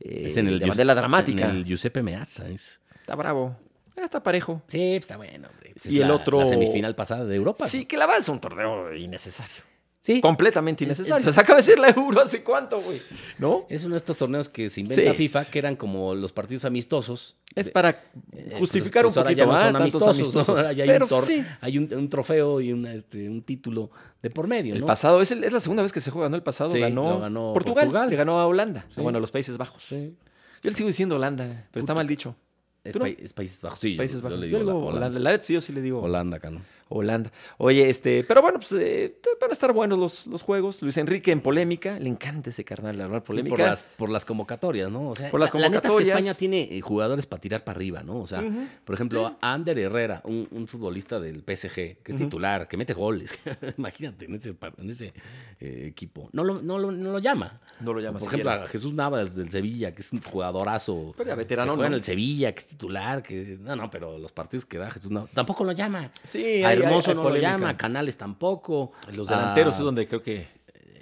S1: eh,
S2: Es en el
S1: de
S2: Gius-
S1: manera dramática.
S2: En el Giuseppe Meazza. es-
S1: Está bravo. Eh, Está parejo.
S2: Sí, está bueno, hombre. Pues
S1: Y el
S2: la-
S1: otro-
S2: La semifinal pasada de Europa.
S1: Sí, que la va es un torneo innecesario.
S2: Sí.
S1: Completamente
S2: Es-
S1: innecesario.
S2: es-
S1: O sea, acaba de ser la Euro hace cuánto, güey. ¿No?
S2: Es uno de estos torneos que se inventa
S1: Sí,
S2: FIFA,
S1: sí, sí.
S2: que eran como los partidos amistosos.
S1: Es para
S2: Eh,
S1: justificar
S2: pues,
S1: un
S2: pues ahora ya
S1: poquito
S2: no
S1: más.
S2: son
S1: tantos
S2: amistosos, ¿no?
S1: amistosos.
S2: Ahora ya hay,
S1: Pero
S2: un tor-
S1: sí.
S2: hay un, un trofeo y una, este, un título de por medio,
S1: El
S2: ¿no?
S1: pasado, es, el- es la segunda vez que se juega, ¿no? El pasado
S2: Sí,
S1: ganó,
S2: lo ganó
S1: Portugal,
S2: Portugal.
S1: le ganó a Holanda, Ah,
S2: Sí.
S1: bueno, a los Países Bajos.
S2: Sí.
S1: Yo le sigo diciendo Holanda, pero está mal dicho.
S2: Es,
S1: ¿Tú no?
S2: pa- es Países Bajos. Sí, yo-
S1: Países
S2: yo
S1: Bajos.
S2: le
S1: Yo
S2: digo
S1: le
S2: Hola-
S1: digo
S2: Holanda.
S1: Holanda. La verdad sí, yo sí le digo
S2: Holanda, cabrón.
S1: Holanda. Oye, este, pero bueno, pues eh, van a estar buenos los, los juegos. Luis Enrique en polémica, le encanta ese carnal de hablar
S2: Sí,
S1: polémica.
S2: por, las, por las convocatorias, ¿no? O sea,
S1: Por las
S2: la- la neta es que
S1: convocatorias.
S2: España tiene eh, jugadores para tirar para arriba, ¿no? O sea,
S1: Ujú.
S2: por ejemplo, a Ander Herrera, un, un futbolista del PSG, que es titular, que mete goles. Imagínate, en ese, par- en ese eh, equipo. No lo, no, lo, no lo llama.
S1: No lo llama
S2: Por ejemplo,
S1: siquiera.
S2: a Jesús Navas del Sevilla, que es un jugadorazo.
S1: Pero ya veterano,
S2: que juega
S1: ¿no?
S2: en el Sevilla, que es titular, que... No, no, pero los partidos que da Jesús Navas... Tampoco lo llama.
S1: Sí,
S2: a
S1: hay-
S2: Hermoso
S1: hay- hay
S2: no
S1: polémica. Ah.
S2: lo llama, a Canales tampoco.
S1: Los delanteros
S2: a-
S1: es donde creo que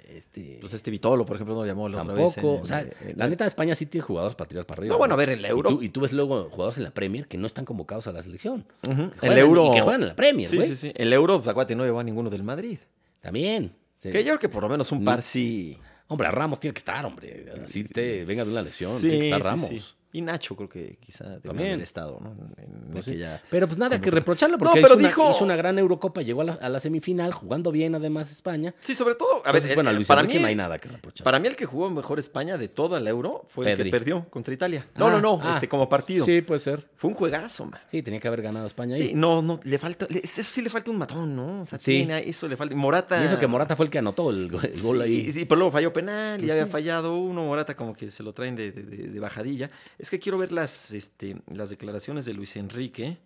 S2: Este,
S1: pues este Vitolo, por ejemplo, no lo llamó la otra vez. en-
S2: Tampoco. O sea,
S1: en-
S2: la neta, España sí tiene jugadores para tirar para arriba.
S1: No, bueno, a
S2: ¿no?
S1: ver, en la
S2: Y
S1: Euro.
S2: tú, y tú ves luego jugadores en la Premier que no están convocados a la selección.
S1: Ujú.
S2: Que
S1: El
S2: juegan
S1: Euro.
S2: y que juegan en la Premier,
S1: sí,
S2: güey.
S1: sí, sí. El Euro, pues acuérdate, no llevó a ninguno del Madrid.
S2: También. Sí.
S1: Que yo creo que por lo menos un
S2: Mm.
S1: par sí.
S2: Hombre, a Ramos tiene que estar, hombre. Así te venga de una lesión.
S1: Sí,
S2: tiene que estar
S1: sí,
S2: Ramos.
S1: sí. Y Nacho creo que quizá
S2: También.
S1: también haber estado, ¿no? En
S2: Pues sí.
S1: aquella-
S2: Pero pues nada que
S1: Convocatoria.
S2: reprocharle
S1: No,
S2: porque
S1: pero
S2: hizo, una-
S1: dijo-
S2: hizo una, gran Eurocopa, llegó a la, a la semifinal, jugando bien además España.
S1: Sí, sobre todo, a
S2: Entonces,
S1: ver,
S2: bueno, a
S1: eh,
S2: Luis
S1: para
S2: Enrique
S1: mí
S2: no hay nada que reprocharle.
S1: Para mí el que jugó mejor España de toda la Euro fue el
S2: Pedri.
S1: que perdió contra Italia. No,
S2: Ah,
S1: no, no,
S2: ah.
S1: este como partido.
S2: Sí, puede ser.
S1: Fue un juegazo, man.
S2: Sí, tenía que haber ganado España ahí.
S1: Sí, no, no, le falta, le- eso sí le falta un matón, ¿no? O sea,
S2: Sí.
S1: tiene- eso le falta. Morata.
S2: Y eso que Morata fue el que anotó el, go- el gol
S1: sí,
S2: ahí.
S1: Sí, pero luego falló penal y
S2: Pues
S1: ya había
S2: sí.
S1: fallado uno. Morata como que se lo traen de, de- de- de bajadilla. Es que quiero ver las, este, las declaraciones de Luis Enrique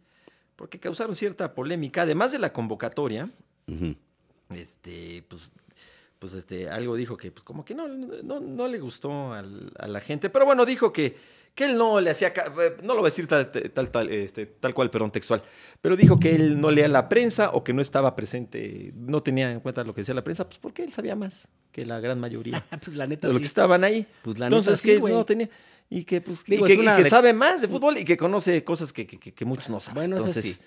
S1: porque causaron cierta polémica. Además de la convocatoria,
S2: Ujú.
S1: este, pues, pues este, algo dijo que pues, como que no, no, no le gustó al- a la gente, pero bueno, dijo que, que él no le hacía, ca- eh, no lo voy a decir tal, tal, tal, este, tal cual, perdón, textual, pero dijo que él no leía la prensa o que no estaba presente, no tenía en cuenta lo que decía la prensa, pues porque él sabía más que la gran mayoría
S2: Ah, pues la neta
S1: de los
S2: sí.
S1: que estaban ahí.
S2: Pues la neta
S1: Entonces,
S2: sí,
S1: que
S2: güey.
S1: no tenía, y que, pues, que- y
S2: Digo,
S1: que,
S2: es una
S1: y que
S2: de-
S1: sabe más de fútbol y que conoce cosas que, que- que- que muchos no saben.
S2: Bueno, eso
S1: Entonces,
S2: sí.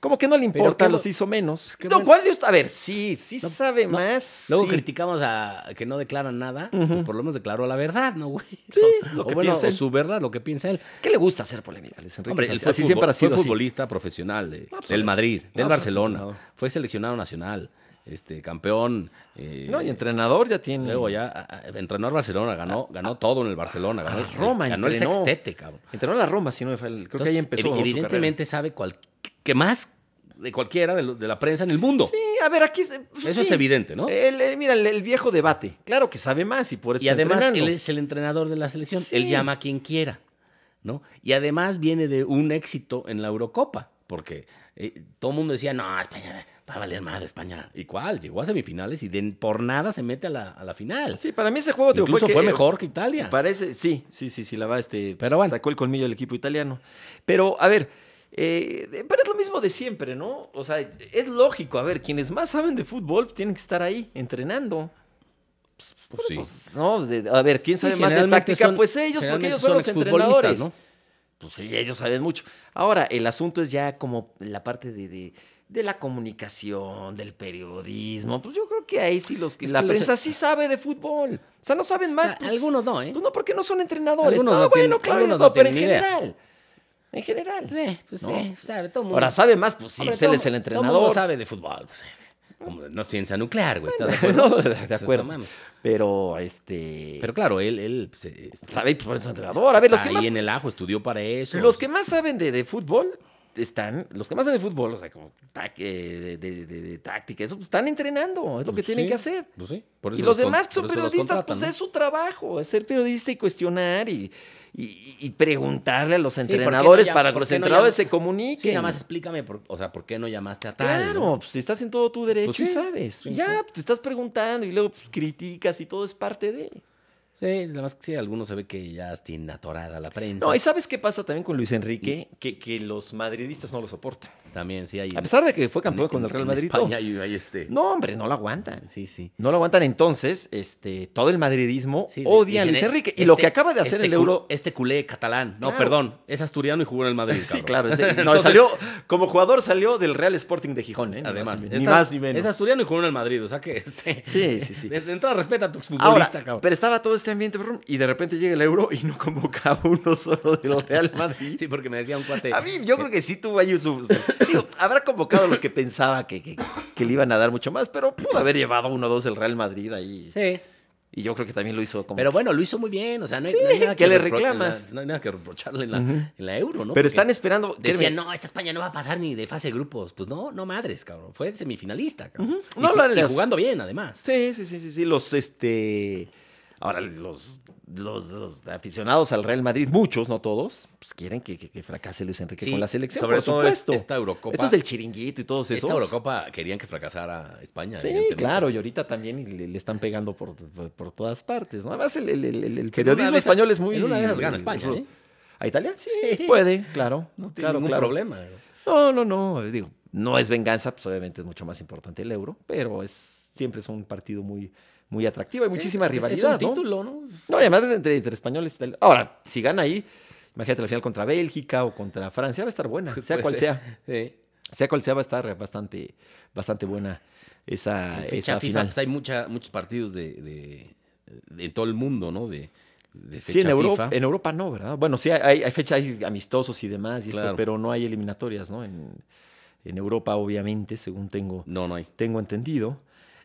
S1: como que no le
S2: Pero
S1: importa,
S2: qué bu-
S1: los hizo menos.
S2: pues qué
S1: lo
S2: bueno.
S1: cual, yo- a ver, sí, sí
S2: No,
S1: sabe
S2: no.
S1: más.
S2: Luego
S1: sí.
S2: criticamos a que no declaran nada, pues
S1: Ujú.
S2: por lo menos declaró la verdad, ¿no, güey?
S1: Sí,
S2: O-
S1: lo
S2: o
S1: que
S2: bueno,
S1: piensa
S2: o
S1: él.
S2: su verdad, lo que piensa él.
S1: ¿Qué le gusta hacer polémica, Luis Enrique?
S2: Hombre, él
S1: así,
S2: fue,
S1: así
S2: futbol-
S1: siempre ha
S2: fue
S1: sido así.
S2: futbolista profesional de-
S1: No, pues,
S2: del
S1: es-
S2: Madrid, del
S1: no, pues, es
S2: Barcelona.
S1: entrenador.
S2: Fue seleccionado nacional, este campeón. eh,
S1: No, y entrenador ya tiene.
S2: Luego ya a- a- entrenó al Barcelona, ganó, ganó todo en el Barcelona. Ganó,
S1: a Roma
S2: ganó el
S1: entrenó.
S2: sextete, cabrón.
S1: Entrenó a la Roma, si no me falla. el- Creo que ahí
S2: Entonces,
S1: empezó. ¿no?
S2: evi-
S1: su
S2: Evidentemente sabe cual- que más de cualquiera de, lo- de la prensa en el mundo.
S1: carrera. Sí, a ver, aquí. se- pues,
S2: Eso
S1: sí.
S2: es evidente, ¿no?
S1: El- el- mira, el, el viejo debate. Claro que sabe más y por eso
S2: Y
S1: está
S2: además
S1: entrenando.
S2: él es el entrenador de la selección.
S1: Sí.
S2: Él llama a quien quiera, ¿no? Y además viene de un éxito en la Eurocopa, porque eh, todo el mundo decía, no, España va a valer madre, España. ¿Y cuál? Llegó a semifinales y de- por nada se mete a la, a la final.
S1: Sí, para mí ese juego tío,
S2: Incluso fue,
S1: que-
S2: mejor que Italia.
S1: Parece, sí, sí, sí, sí, la va, este,
S2: Pero bueno.
S1: sacó el colmillo del equipo italiano. Pero, a ver, eh, de- pero es lo mismo de siempre, ¿no? O sea, es lógico, a ver, quienes más saben de fútbol tienen que estar ahí entrenando. Pues, por
S2: Pues sí.
S1: eso, ¿no? De- a ver, ¿quién
S2: Sí,
S1: sabe más de
S2: generalmente
S1: táctica?
S2: son-
S1: pues ellos, porque
S2: generalmente
S1: ellos son los
S2: exfutbolistas,
S1: entrenadores.
S2: ¿no?
S1: Pues sí, ellos saben mucho. Ahora, el asunto es ya como la parte de, de, de la comunicación, del periodismo. Pues yo creo que ahí sí los que...
S2: Es
S1: la
S2: que los-
S1: prensa sí sabe de fútbol. O sea, no saben más.
S2: Ah,
S1: pues,
S2: algunos no, Ah, ¿eh?
S1: pues no, porque no son entrenadores.
S2: Algunos
S1: no,
S2: no
S1: bueno,
S2: tienen-
S1: claro,
S2: algunos
S1: no,
S2: no
S1: pero en
S2: tienen idea.
S1: general. En general.
S2: Eh, pues,
S1: No.
S2: eh, sabe, todo el mundo-
S1: Ahora sabe más, pues sí,
S2: Hombre,
S1: pues, él
S2: todo-
S1: es el
S2: Todo el
S1: entrenador.
S2: mundo sabe de fútbol. pues, eh, como no es ciencia nuclear, güey. ¿estás
S1: No, de- de
S2: Pues, no
S1: acuerdo.
S2: mames.
S1: Pero, este.
S2: Pero claro, él, él pues, eh,
S1: sabe, y, pues por eso es entrenador. A ver, los
S2: está
S1: que
S2: ahí
S1: más.
S2: en el ajo, estudió para eso.
S1: Los que más saben de, de fútbol están. Los que más saben de fútbol, o sea, como tac- eh, de, de- de- de táctica, eso, pues, están entrenando. Es lo que
S2: Pues,
S1: tienen
S2: sí,
S1: que hacer.
S2: pues, sí, por
S1: Y
S2: eso
S1: los
S2: con-
S1: demás que son
S2: por eso los
S1: periodistas,
S2: contratan,
S1: pues
S2: ¿no?
S1: es su trabajo, es ser periodista y cuestionar y, y- y preguntarle a los
S2: ¿por qué no
S1: entrenadores
S2: llam-
S1: para que
S2: por
S1: los
S2: qué no
S1: entrenadores
S2: llam-
S1: se comuniquen.
S2: Sí, nada más explícame, por, o sea, ¿por qué no llamaste a tal?
S1: Claro, pues si estás en todo tu derecho
S2: Pues
S1: y
S2: sí,
S1: sabes.
S2: sí,
S1: Y ya, pues, te estás preguntando y luego pues, criticas y todo es parte de.
S2: Sí, nada más que sí, algunos se ve que ya tienen atorada la prensa.
S1: No, y sabes qué pasa también con Luis Enrique, que, que los madridistas no lo soportan.
S2: También, sí, hay.
S1: A pesar de que fue campeón
S2: en-
S1: con el
S2: en-
S1: Real
S2: en
S1: Madrid.
S2: España hay, hay este.
S1: todo. No, hombre, no lo aguantan.
S2: Sí, sí.
S1: No lo aguantan entonces, este, todo el madridismo
S2: Sí,
S1: odia a
S2: dicen,
S1: Luis
S2: eh,
S1: Enrique. y
S2: este-
S1: lo que acaba de hacer
S2: este
S1: el
S2: cul-
S1: euro.
S2: Este culé catalán. No,
S1: Claro.
S2: perdón. Es asturiano y jugó en el Madrid.
S1: Sí,
S2: cabrón.
S1: claro. ese- no,
S2: Entonces,
S1: salió, como jugador salió del Real Sporting de Gijón, ¿eh? Ni
S2: Además,
S1: más ni-
S2: es
S1: ni
S2: ta-
S1: más ni menos.
S2: Es asturiano y jugó en el Madrid. O sea que. Este,
S1: Sí, sí, sí.
S2: De, de entrada, respeta a tus
S1: Ahora,
S2: futbolistas, cabrón.
S1: pero estaba todo este ambiente brum, y de repente llega el euro y no convoca a uno solo del Real Madrid.
S2: Sí, porque me decía un cuate.
S1: A mí, yo creo que sí tuvo ahí su. su- digo, habrá convocado a los que pensaba que, que- que le iban a dar mucho más, pero pudo haber llevado uno o dos el Real Madrid ahí.
S2: Sí.
S1: Y yo creo que también lo hizo como.
S2: Pero bueno, lo hizo muy bien. O sea, no hay,
S1: Sí,
S2: no hay nada
S1: ¿qué le
S2: repro-
S1: reclamas?
S2: en la- no hay nada que reprocharle en la,
S1: Ujú.
S2: en la euro, ¿no?
S1: Pero
S2: Porque
S1: están esperando.
S2: Decían,
S1: créeme,
S2: no, esta España no va a pasar ni de fase de grupos. Pues no, no madres, cabrón. Fue semifinalista, cabrón.
S1: Ujú.
S2: Y
S1: No,
S2: ju-
S1: la-
S2: y,
S1: las-
S2: jugando bien, además.
S1: Sí, sí, sí, sí, sí. Los este. Ahora, los, los, los aficionados al Real Madrid, muchos, no todos, pues quieren que, que- que fracase Luis Enrique
S2: Sí,
S1: con la selección.
S2: sobre
S1: por
S2: todo
S1: supuesto.
S2: es- esta Eurocopa-
S1: Esto es del chiringuito y todos
S2: Esta
S1: esos.
S2: Eurocopa querían que fracasara España.
S1: Sí,
S2: evidentemente.
S1: claro, y ahorita también y le, le están pegando por, por- por todas partes. ¿no? Además, el, el- el- el- el
S2: una
S1: periodismo
S2: de esas-
S1: español es muy.
S2: en una de esas gana España,
S1: ru-
S2: ¿eh?
S1: ¿A Italia? Sí,
S2: Sí.
S1: puede, claro.
S2: No tiene
S1: claro,
S2: ningún
S1: claro.
S2: problema.
S1: No, no, no. eh, Digo, no es venganza, pues obviamente es mucho más importante el euro, pero es siempre es un partido muy, muy atractivo. Hay muchísima
S2: Sí, pues
S1: rivalidad.
S2: Es un
S1: ¿no?
S2: título, ¿no?
S1: No, y además es entre, entre españoles. y tal. Ahora, si gana ahí, imagínate la final contra Bélgica o contra Francia, va a estar buena, sea
S2: Pues,
S1: cual
S2: eh,
S1: sea.
S2: sí.
S1: Sea cual sea, va a estar bastante, bastante buena esa,
S2: En
S1: Ah, esa
S2: fecha FIFA,
S1: final.
S2: pues hay mucha, muchos partidos de, de, de todo el mundo, ¿no? De, de
S1: Sí,
S2: fecha
S1: en Europa,
S2: FIFA.
S1: en Europa no, ¿verdad? Bueno, sí, hay, hay fecha, hay amistosos y demás, y esto,
S2: Claro.
S1: pero no hay eliminatorias, ¿no? En, en Europa, obviamente, según tengo,
S2: No, no hay.
S1: tengo entendido.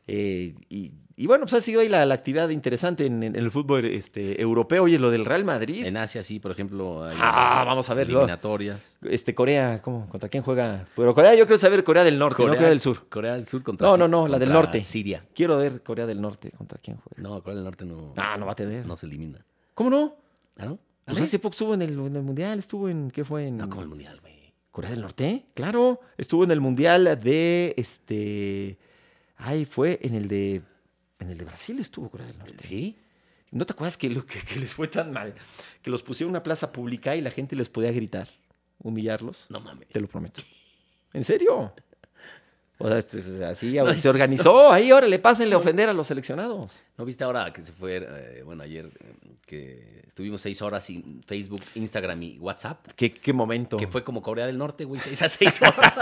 S1: Eh, y, y bueno, pues ha sido ahí la, la actividad interesante en, en el fútbol este, europeo y en lo del Real Madrid.
S2: En Asia sí, por ejemplo. hay
S1: Ah, vamos a ver, luego.
S2: Eliminatorias.
S1: Este, Corea, ¿cómo? ¿Contra quién juega? Pero Corea, yo quiero saber Corea del Norte, no Corea del Sur.
S2: Corea del Sur contra
S1: No,
S2: Si-
S1: no, no, la del
S2: contra
S1: norte.
S2: Siria.
S1: Quiero ver Corea del Norte contra quién juega.
S2: No, Corea del Norte no.
S1: Ah, no va a tener.
S2: No se elimina.
S1: ¿Cómo no?
S2: ¿Ah, no? ¿Ah,
S1: Pues
S2: no?
S1: hace poco estuvo en el, en el Mundial, estuvo en, ¿qué fue? En,
S2: No, como el mundial, güey.
S1: ¿Corea del Norte? Claro, estuvo en el mundial de este ay, fue en el de en el de Brasil estuvo Corea del Norte.
S2: ¿Sí?
S1: ¿No te acuerdas que, lo, que, que les fue tan mal? Que los pusieron a una plaza pública y la gente les podía gritar, humillarlos.
S2: No mames.
S1: Te lo prometo. ¿En serio? O sea, este- este- así se organizó. Ahí, órale, pásenle a ofender a los seleccionados.
S2: ¿No viste ahora que se fue, eh, bueno, ayer, eh, que estuvimos seis horas sin Facebook, Instagram y WhatsApp?
S1: ¿Qué, momento?
S2: Que fue como Corea del Norte, güey, seis a seis horas.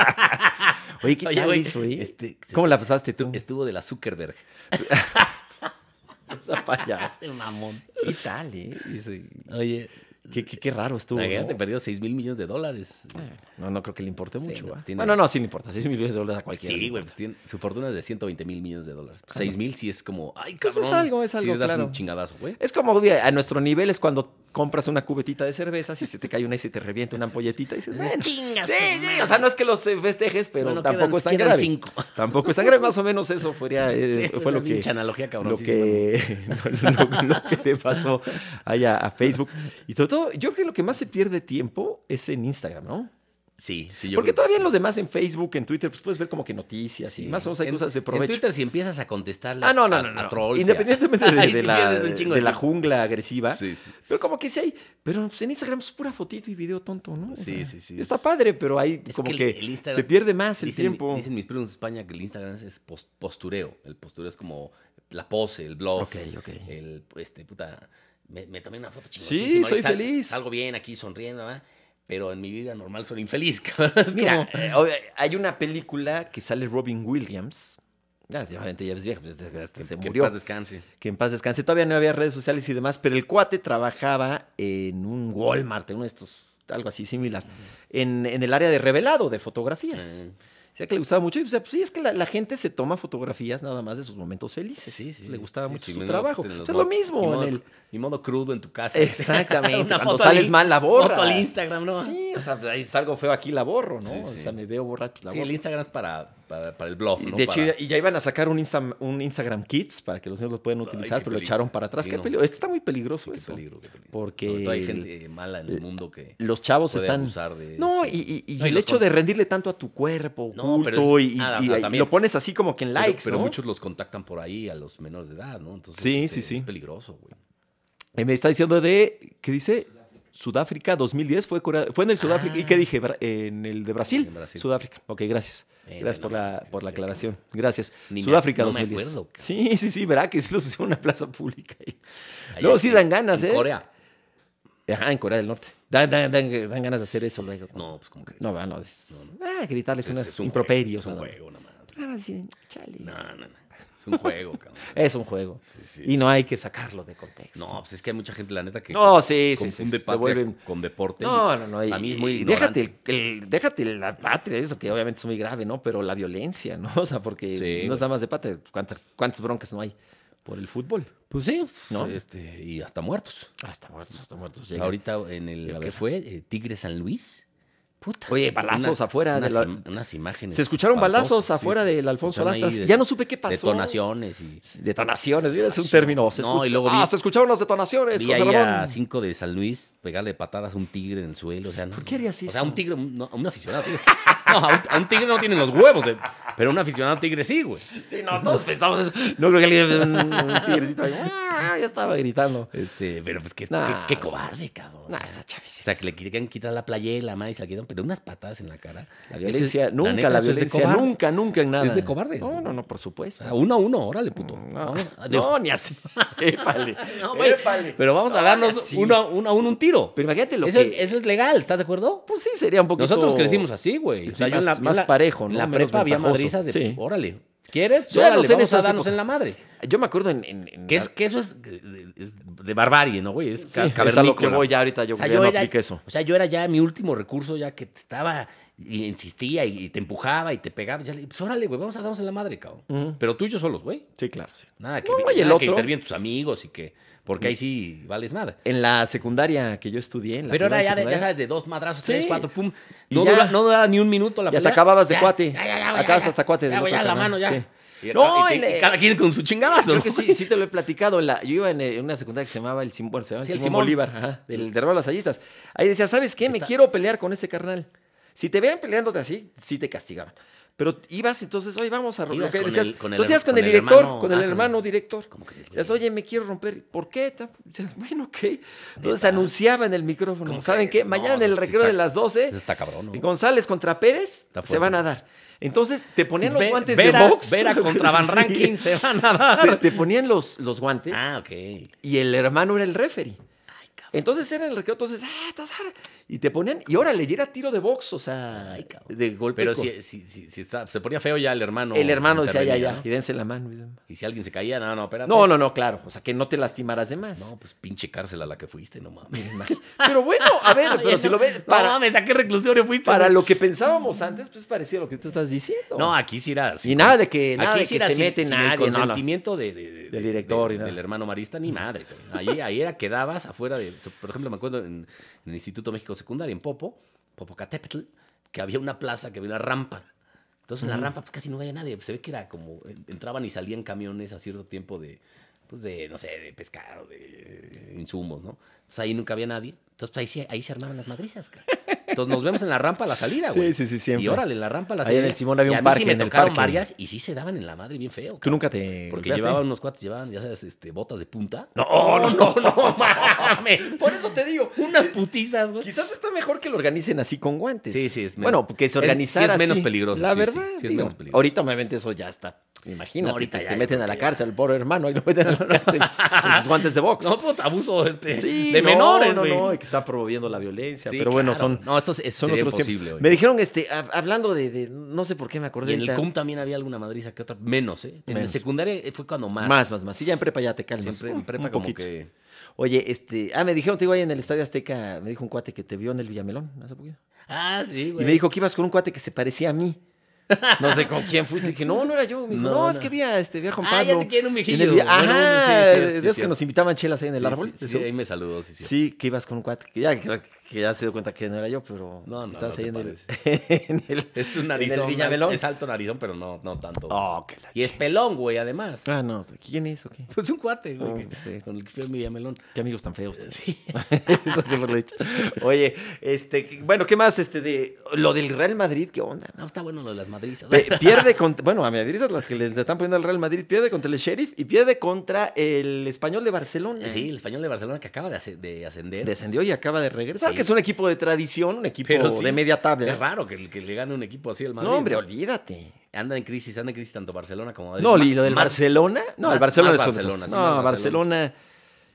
S1: Oye, ¿qué
S2: Oye,
S1: tal
S2: güey,
S1: eso, eh?
S2: este,
S1: ¿Cómo la pasaste tú?
S2: Estuvo de la Zuckerberg.
S1: Esa payasa.
S2: Este mamón.
S1: ¿Qué tal, eh? Ese-
S2: Oye,
S1: Qué, qué- qué raro estuvo.
S2: la guerra
S1: ¿no?
S2: te perdió seis mil millones de dólares.
S1: No, no creo que le importe
S2: Sí,
S1: mucho.
S2: no,
S1: ¿va?
S2: pues tiene-
S1: Bueno, no, sí le importa. 6 millones de dólares a cualquiera. le
S2: Sí, güey,
S1: importa.
S2: pues tiene- su fortuna es de 120 mil millones de dólares.
S1: Ah,
S2: 6 mil sí es como, ay,
S1: Pues
S2: cabrón.
S1: es algo, es
S2: Sí
S1: algo,
S2: les das
S1: claro.
S2: un chingadazo, güey.
S1: Es como de- a nuestro nivel es cuando compras una cubetita de cerveza, si se te cae una y se te revienta una ampolletita, y dices, bueno. Sí,
S2: Eh, Chingas.
S1: sí, o sea, no es que los eh, festejes, pero
S2: Bueno,
S1: tampoco
S2: quedan-
S1: es tan
S2: quedan
S1: grave.
S2: cinco.
S1: Tampoco es tan grave, más o menos eso fuera, eh, fue lo que,
S2: Pinche analogía, cabrón.
S1: lo, que lo- lo- lo que le pasó allá a Facebook. Y sobre todo, yo creo que lo que más se pierde tiempo es en Instagram, ¿no?
S2: Sí, sí, yo
S1: Porque
S2: creo que
S1: todavía
S2: sí.
S1: en los demás en Facebook, en Twitter, pues puedes ver como que noticias
S2: Sí.
S1: y más o menos hay
S2: En-
S1: cosas de
S2: En
S1: provecho.
S2: Twitter si empiezas a contestarle
S1: Ah, no,
S2: a-
S1: no, no. no.
S2: a trolls y a-
S1: Independientemente de,
S2: Ahí
S1: de
S2: sí
S1: la,
S2: pierdes un chingo
S1: de la
S2: tiempo.
S1: jungla agresiva.
S2: Sí, sí.
S1: Pero como que sí hay. Pero pues, en Instagram es pura fotito y video tonto, ¿no? O
S2: Sí,
S1: sea,
S2: sí, sí,
S1: Está
S2: es-
S1: padre, pero hay
S2: Es
S1: como
S2: que el-
S1: que,
S2: el Instagram-
S1: se pierde más el
S2: Dicen,
S1: tiempo.
S2: dicen mis primos en España que el Instagram es pos- postureo. El postureo es como la pose, el blog.
S1: Ok, ok.
S2: El, este, puta, me, me tomé una foto
S1: Sí,
S2: chingosísima.
S1: soy
S2: ahorita sal-
S1: feliz.
S2: Salgo bien aquí sonriendo, ¿verdad? Pero en mi vida normal soy infeliz, cabrón. Es
S1: Mira,
S2: como-
S1: eh, obvia- hay una película que sale Robin Williams. Ya, sí, obviamente ya ves vieja, pues, desgraciadamente se
S2: que
S1: murió.
S2: paz descanse.
S1: que en paz descanse. Todavía no había redes sociales y demás, pero el cuate trabajaba en un Walmart, en uno de estos, algo así similar, en, en el área de revelado de fotografías.
S2: Ah.
S1: O sea, que le gustaba mucho. Y, o sea, pues sí, es que la, la gente se toma fotografías nada más de sus momentos felices. Le gustaba
S2: sí,
S1: mucho
S2: sí,
S1: su
S2: menos
S1: trabajo.
S2: que estén en los
S1: es lo
S2: mo- mi
S1: mismo
S2: modo,
S1: en el...
S2: mi modo crudo en tu casa.
S1: Exactamente.
S2: Una
S1: cuando
S2: foto
S1: sales
S2: ahí,
S1: mal, la borra.
S2: Foto al Instagram, ¿no?
S1: Sí, o sea, ahí salgo feo aquí, la borro, ¿no?
S2: Sí,
S1: O
S2: sí.
S1: sea, me veo borracho, la
S2: Sí,
S1: borro.
S2: el Instagram es para, para, para el bluff,
S1: Y
S2: ¿no?
S1: De hecho,
S2: Para-
S1: ya- y ya iban a sacar un, Insta- un Instagram Kids para que los niños lo puedan utilizar,
S2: qué
S1: pero lo
S2: peligro.
S1: echaron para atrás.
S2: Sí,
S1: qué
S2: no.
S1: peligro. Este está muy peligroso
S2: qué
S1: eso.
S2: peligro, qué peligro.
S1: porque
S2: Sobre todo hay
S1: el- eh,
S2: gente mala en el mundo que
S1: Los chavos
S2: puede
S1: están.
S2: abusar de
S1: No, y,
S2: eso.
S1: y- y
S2: No, y
S1: el
S2: los
S1: hecho de
S2: con-
S1: rendirle tanto a tu cuerpo,
S2: No, pero
S1: culto,
S2: es-
S1: y,
S2: ah,
S1: y-
S2: ah,
S1: y
S2: también.
S1: lo pones así como que en
S2: Pero-
S1: likes,
S2: pero,
S1: ¿no?
S2: muchos los contactan por ahí a los menores de edad, ¿no? Entonces,
S1: Sí,
S2: este,
S1: sí, sí.
S2: es peligroso, güey.
S1: Eh, Me está diciendo de, ¿qué dice? Sudáfrica 2010 fue, Corea- fue en el Sudáfrica. ¿Y qué dije? Bra- En el de Brasil.
S2: Ah. En Brasil.
S1: Sudáfrica. Ok, gracias.
S2: Eh,
S1: Gracias
S2: no,
S1: por
S2: no,
S1: la,
S2: sí,
S1: por la
S2: ya que no.
S1: aclaración. Gracias.
S2: Ni me-
S1: Sudáfrica
S2: no me
S1: 2010.
S2: acuerdo, cabrón.
S1: sí, sí, sí, verá que sí los pusieron en una plaza pública. ahí.
S2: Allá
S1: Luego sí
S2: en-
S1: dan ganas,
S2: en
S1: ¿eh?
S2: Corea.
S1: Ajá, en Corea del Norte. Dan, dan- dan- dan ganas de hacer eso luego.
S2: No, pues como que.
S1: No, va, no. es-
S2: No,
S1: Ah, gritarles unos
S2: un
S1: improperios.
S2: juego,
S1: nada
S2: Es un juego, nada más.
S1: más. Ah, sí, chale.
S2: No, no, no. Es un juego, cabrón.
S1: Es un juego.
S2: Sí, sí,
S1: y no hay que sacarlo de contexto.
S2: No, pues es que hay mucha gente, la neta, que
S1: No, sí, sí, sí,
S2: confunde
S1: sí, se
S2: patria
S1: vuelven-
S2: con deporte. y
S1: No, no, no. Y,
S2: para mí es muy
S1: y déjate,
S2: ignorante.
S1: el- el- déjate la patria, eso que obviamente es muy grave, ¿no? Pero la violencia, ¿no? O sea, porque
S2: Sí,
S1: no es
S2: güey.
S1: nada más de patria. ¿Cuántas, cuántas broncas no hay por el fútbol?
S2: Pues sí,
S1: ¿no? Pues,
S2: este, y hasta muertos.
S1: Hasta muertos, hasta muertos.
S2: Ahorita en el
S1: Yo
S2: a
S1: qué-
S2: ver, fue eh, Tigre San Luis. Puta.
S1: Oye, balazos afuera de
S2: Unas,
S1: la-
S2: im- unas imágenes.
S1: Se escucharon balazos
S2: espantosas, sí,
S1: afuera
S2: se-
S1: del
S2: se
S1: Alfonso
S2: escucharon ahí
S1: Alastas.
S2: de-
S1: Ya no supe qué pasó.
S2: Detonaciones y.
S1: Detonaciones, mira, es un
S2: Detonación.
S1: término. Se
S2: No, y
S1: escucha-
S2: luego vi-
S1: ah, se escucharon las detonaciones.
S2: Vi
S1: José
S2: ahí a
S1: Ramón.
S2: cinco de San Luis pegarle patadas a un tigre en el suelo. O sea, no,
S1: ¿Por qué harías
S2: O sea,
S1: eso?
S2: un tigre, un, no, a un aficionado tigre. No, a un, a un tigre no tienen los huevos, eh, pero a un aficionado tigre sí, güey.
S1: Sí, no, todos pensamos eso. No creo que alguien. Un, un tigrecito ahí. "Ah", Ya estaba gritando.
S2: Este, pero pues que
S1: Nah,
S2: qué,
S1: güey.
S2: cobarde, cabrón.
S1: Nah,
S2: O sea,
S1: está chavísimo.
S2: O sea, que le querían quitar la playera, la madre, y se la quitaron, pero unas patadas en la cara.
S1: La
S2: Eso es-
S1: violencia, nunca la,
S2: neta, eso es de
S1: violencia,
S2: cobarde.
S1: nunca, nunca en nada.
S2: Es de cobardes,
S1: No,
S2: güey.
S1: no, no, por
S2: O
S1: supuesto.
S2: sea, uno a uno, órale, puto.
S1: no,
S2: Vamos a- de-
S1: no, ni así. Épale.
S2: No, güey,
S1: épale.
S2: Pero vamos a
S1: No,
S2: darnos
S1: así.
S2: uno, a, uno a uno un tiro.
S1: Pero imagínate lo
S2: Eso,
S1: que.
S2: es, eso es legal, ¿estás de acuerdo?
S1: Pues sí, sería un poquito.
S2: Nosotros crecimos así, güey.
S1: Sí, más- más parejo, ¿no?
S2: En la
S1: Menos
S2: prepa había
S1: ventajoso.
S2: madrizas de,
S1: Sí.
S2: pues, órale, ¿quieres?
S1: Yo
S2: Órale,
S1: no sé en
S2: vamos a
S1: estas
S2: darnos
S1: épocas.
S2: en la madre.
S1: Yo me acuerdo en. en- en-
S2: Que, es, que eso es eh, de, es de barbarie, ¿no, güey? Es
S1: Sí,
S2: ca-
S1: es a lo que
S2: cavernícola.
S1: voy ya ahorita. Yo
S2: O sea,
S1: creo que ya no
S2: era-
S1: aplica eso.
S2: o sea, yo era ya mi último recurso, ya que te estaba, y insistía, y, y te empujaba, y te pegaba. Ya, le- pues órale, güey, vamos a darnos en la madre, cabrón.
S1: Ujú.
S2: Pero tú y yo solos, güey.
S1: Sí, claro, sí.
S2: Nada que,
S1: No,
S2: nada
S1: y el
S2: que
S1: otro. Mm.
S2: intervienen tus amigos y que. Porque ahí sí vales nada.
S1: En la secundaria que yo estudié. En la
S2: Pero ahora
S1: primaria
S2: ya, de- ya
S1: secundaria,
S2: sabes, de dos madrazos,
S1: Sí.
S2: tres, cuatro, pum.
S1: Y
S2: No,
S1: ya.
S2: dura- no duraba ni un minuto la
S1: Y hasta
S2: pelea.
S1: acababas de
S2: Ya,
S1: cuate.
S2: Ya, ya, ya, güey,
S1: Acabas
S2: ya,
S1: hasta cuate. del
S2: Ya, güey,
S1: otro
S2: ya, la
S1: carnal,
S2: mano, ya.
S1: sí.
S2: Y-
S1: No,
S2: y- y-
S1: en la-
S2: y cada quien con su chingadazo.
S1: Creo
S2: ¿no?
S1: que sí, sí te lo he platicado. en la- yo iba en, eh, en una secundaria que se llamaba el Simón, bueno, se llamaba el
S2: Sí, el
S1: Simón
S2: Simón.
S1: Bolívar, ajá, del derrotero de los Sallistas. Ahí decía, ¿sabes qué? Me
S2: Está-
S1: quiero pelear con este carnal. Si te vean peleándote así, sí te castigaban. Pero ibas entonces, oye, vamos a romper.
S2: Ibas
S1: lo que
S2: con
S1: decías,
S2: el- con el
S1: tú decías
S2: her-
S1: con
S2: con
S1: el
S2: el
S1: director,
S2: hermano,
S1: con el
S2: ah, con-
S1: hermano director.
S2: Como que les
S1: Decías, oye, me quiero romper. ¿Por qué? Ta- Decías, bueno, ok. Entonces
S2: Neta.
S1: anunciaba en el micrófono.
S2: ¿Cómo
S1: ¿Saben
S2: que?
S1: qué?
S2: No,
S1: Mañana en
S2: eso
S1: el
S2: sí
S1: recreo
S2: está-
S1: de las 12,
S2: Eso está cabrón, ¿no?
S1: González contra Pérez
S2: Está
S1: se van
S2: fuerte.
S1: a dar. Entonces te ponían los
S2: Ve-
S1: guantes
S2: Vera-
S1: de box.
S2: Vera contra Van
S1: Sí.
S2: Ranking se van a dar.
S1: Te, te ponían los, los guantes
S2: Ah, ok. Ay,
S1: y el hermano era el referee.
S2: cabrón.
S1: Entonces era el recreo, entonces, ¡ah, estás ar-! Y te ponían, y ahora le diera tiro de box, o sea,
S2: Ay, cabrón.
S1: de golpe.
S2: Pero
S1: con-
S2: si, si, si- si está- se ponía feo ya el hermano.
S1: el hermano decía, ya,
S2: intervenía,
S1: ya,
S2: ¿no?
S1: y dense la mano.
S2: Y si alguien se caía, no, no, espérate.
S1: No, no, no, claro, o sea, que no te lastimaras de más.
S2: No, pues pinche cárcel a la que fuiste, no mames.
S1: Pero bueno, a ver, pero si lo ves,
S2: No
S1: para,
S2: mames, ¿a qué reclusorio fuiste?
S1: para
S2: güey?
S1: lo que pensábamos antes, pues parecía lo que tú estás diciendo.
S2: No, aquí sí era.
S1: y nada de que, nada
S2: Aquí
S1: de que
S2: sí era
S1: se
S2: sin-
S1: mete
S2: sin
S1: nadie.
S2: el
S1: no, no.
S2: consentimiento de- de- de-
S1: Del director y nada.
S2: del hermano marista, ni madre. Güey. Ahí, ahí era, quedabas afuera de. Por ejemplo, me acuerdo en, en el Instituto México Secundario, en Popo, Popocatépetl, que había una plaza, que había una rampa. Entonces en la
S1: Ujú.
S2: rampa pues, casi no veía nadie. Pues, se ve que era como. en- Entraban y salían camiones a cierto tiempo de. Pues de, no sé, de pescado, de insumos, ¿no? Entonces ahí nunca había nadie. Entonces pues, ahí, sí- ahí se armaban las madrizas, cara. Entonces nos vemos en la rampa a la salida, güey.
S1: Sí, sí, sí, siempre.
S2: Y órale, en la rampa a la
S1: Ahí en
S2: salida.
S1: el Simón había
S2: Y
S1: un
S2: a mí
S1: parque,
S2: Sí me
S1: en el
S2: tocaron
S1: parque.
S2: varias y sí se daban en la madre bien feo.
S1: Tú
S2: cabrón.
S1: nunca te.
S2: Porque
S1: golpeaste?
S2: llevaban unos cuates, llevaban, ya sabes, este, botas de punta.
S1: No, no, no.
S2: no mames.
S1: Por eso te digo,
S2: Unas putizas, güey.
S1: Quizás está mejor que lo organicen así con guantes.
S2: Sí, sí, es menos-
S1: Bueno, que se
S2: es-
S1: organizara
S2: sí es
S1: así.
S2: menos peligroso,
S1: La
S2: sí,
S1: verdad,
S2: sí, sí es
S1: digo,
S2: menos peligroso.
S1: ahorita obviamente eso ya está. Imagínate,
S2: No, ahorita
S1: te,
S2: ya,
S1: te
S2: yo
S1: meten
S2: creo
S1: a la
S2: que ya.
S1: cárcel, pobre hermano, ahí lo meten a la cárcel con sus guantes de box.
S2: No, pues abuso este,
S1: Sí,
S2: de
S1: no,
S2: menores,
S1: no,
S2: güey.
S1: no, y que está promoviendo la violencia,
S2: Sí,
S1: pero bueno,
S2: claro.
S1: son
S2: No, esto es,
S1: son
S2: sería
S1: otros tiempos.
S2: imposible, güey.
S1: Me dijeron este hab- hablando de, de- no sé por qué me acordé
S2: Y en el
S1: ahorita.
S2: CUM también había alguna madriza que otra. Menos, ¿eh? En el
S1: Menos.
S2: secundaria eh, fue cuando más.
S1: más, más, más. Sí, ya en prepa ya te calmas.
S2: Siempre
S1: un-
S2: en prepa
S1: un
S2: como
S1: poquito.
S2: que...
S1: Oye, este, ah, me dijeron, te digo, ahí en el Estadio Azteca, me dijo un cuate que te vio en el Villamelón hace poquito.
S2: Ah, sí,
S1: Y
S2: güey.
S1: me dijo que ibas con un cuate que se parecía a mí. No sé con quién fuiste. Dije, no, no era yo. Me dijo,
S2: No,
S1: no,
S2: no.
S1: es que vi a este viejo
S2: Ah, ya se quiere un
S1: En el-
S2: viejillo. Bueno, bueno,
S1: Ajá,
S2: sí, sí, sí,
S1: es
S2: sí,
S1: que nos invitaban chelas ahí en el
S2: sí,
S1: árbol.
S2: Sí, sí,
S1: Sí,
S2: ahí me saludó, sí, sí.
S1: Sí, que ibas con un cuate que ya, que, que ya se dio cuenta que no era yo, pero
S2: No, no,
S1: estabas
S2: no
S1: ahí
S2: se
S1: en, el, en el-
S2: Es
S1: en
S2: un
S1: el
S2: narizón.
S1: Villamelón.
S2: Es alto narizón, pero no, no tanto.
S1: Oh, qué la
S2: Y es pelón, güey, además.
S1: ch- Ah, no, ¿quién es o qué?
S2: Pues un cuate, güey.
S1: Oh,
S2: que-
S1: sí.
S2: Con el que fui a Villamelón.
S1: Qué amigos tan feos. tenés.
S2: Sí.
S1: Eso siempre lo he dicho. Oye, este, que- bueno, ¿qué más? Este de lo del Real Madrid, ¿qué onda?
S2: No, está bueno lo de las madrizas.
S1: Pe- pierde contra. Bueno, a Madrid es las que le están poniendo al Real Madrid. Pierde contra el Sheriff y pierde contra el Español de Barcelona. ¿eh?
S2: Sí, el español de Barcelona que acaba de, ase- de ascender.
S1: Descendió y acaba de regresar.
S2: Sí.
S1: Que es un equipo de tradición, un equipo
S2: sí
S1: de
S2: es-
S1: media tabla.
S2: Es raro que, que le gane un equipo así al Madrid.
S1: no, hombre, olvídate.
S2: Anda en crisis, anda en crisis tanto Barcelona como Madrid.
S1: No,
S2: Más-
S1: y lo del
S2: más-
S1: Barcelona. No,
S2: más-
S1: el Barcelona
S2: más
S1: es un
S2: Barcelona,
S1: desastre.
S2: sí,
S1: No,
S2: más Barcelona.
S1: Barcelona.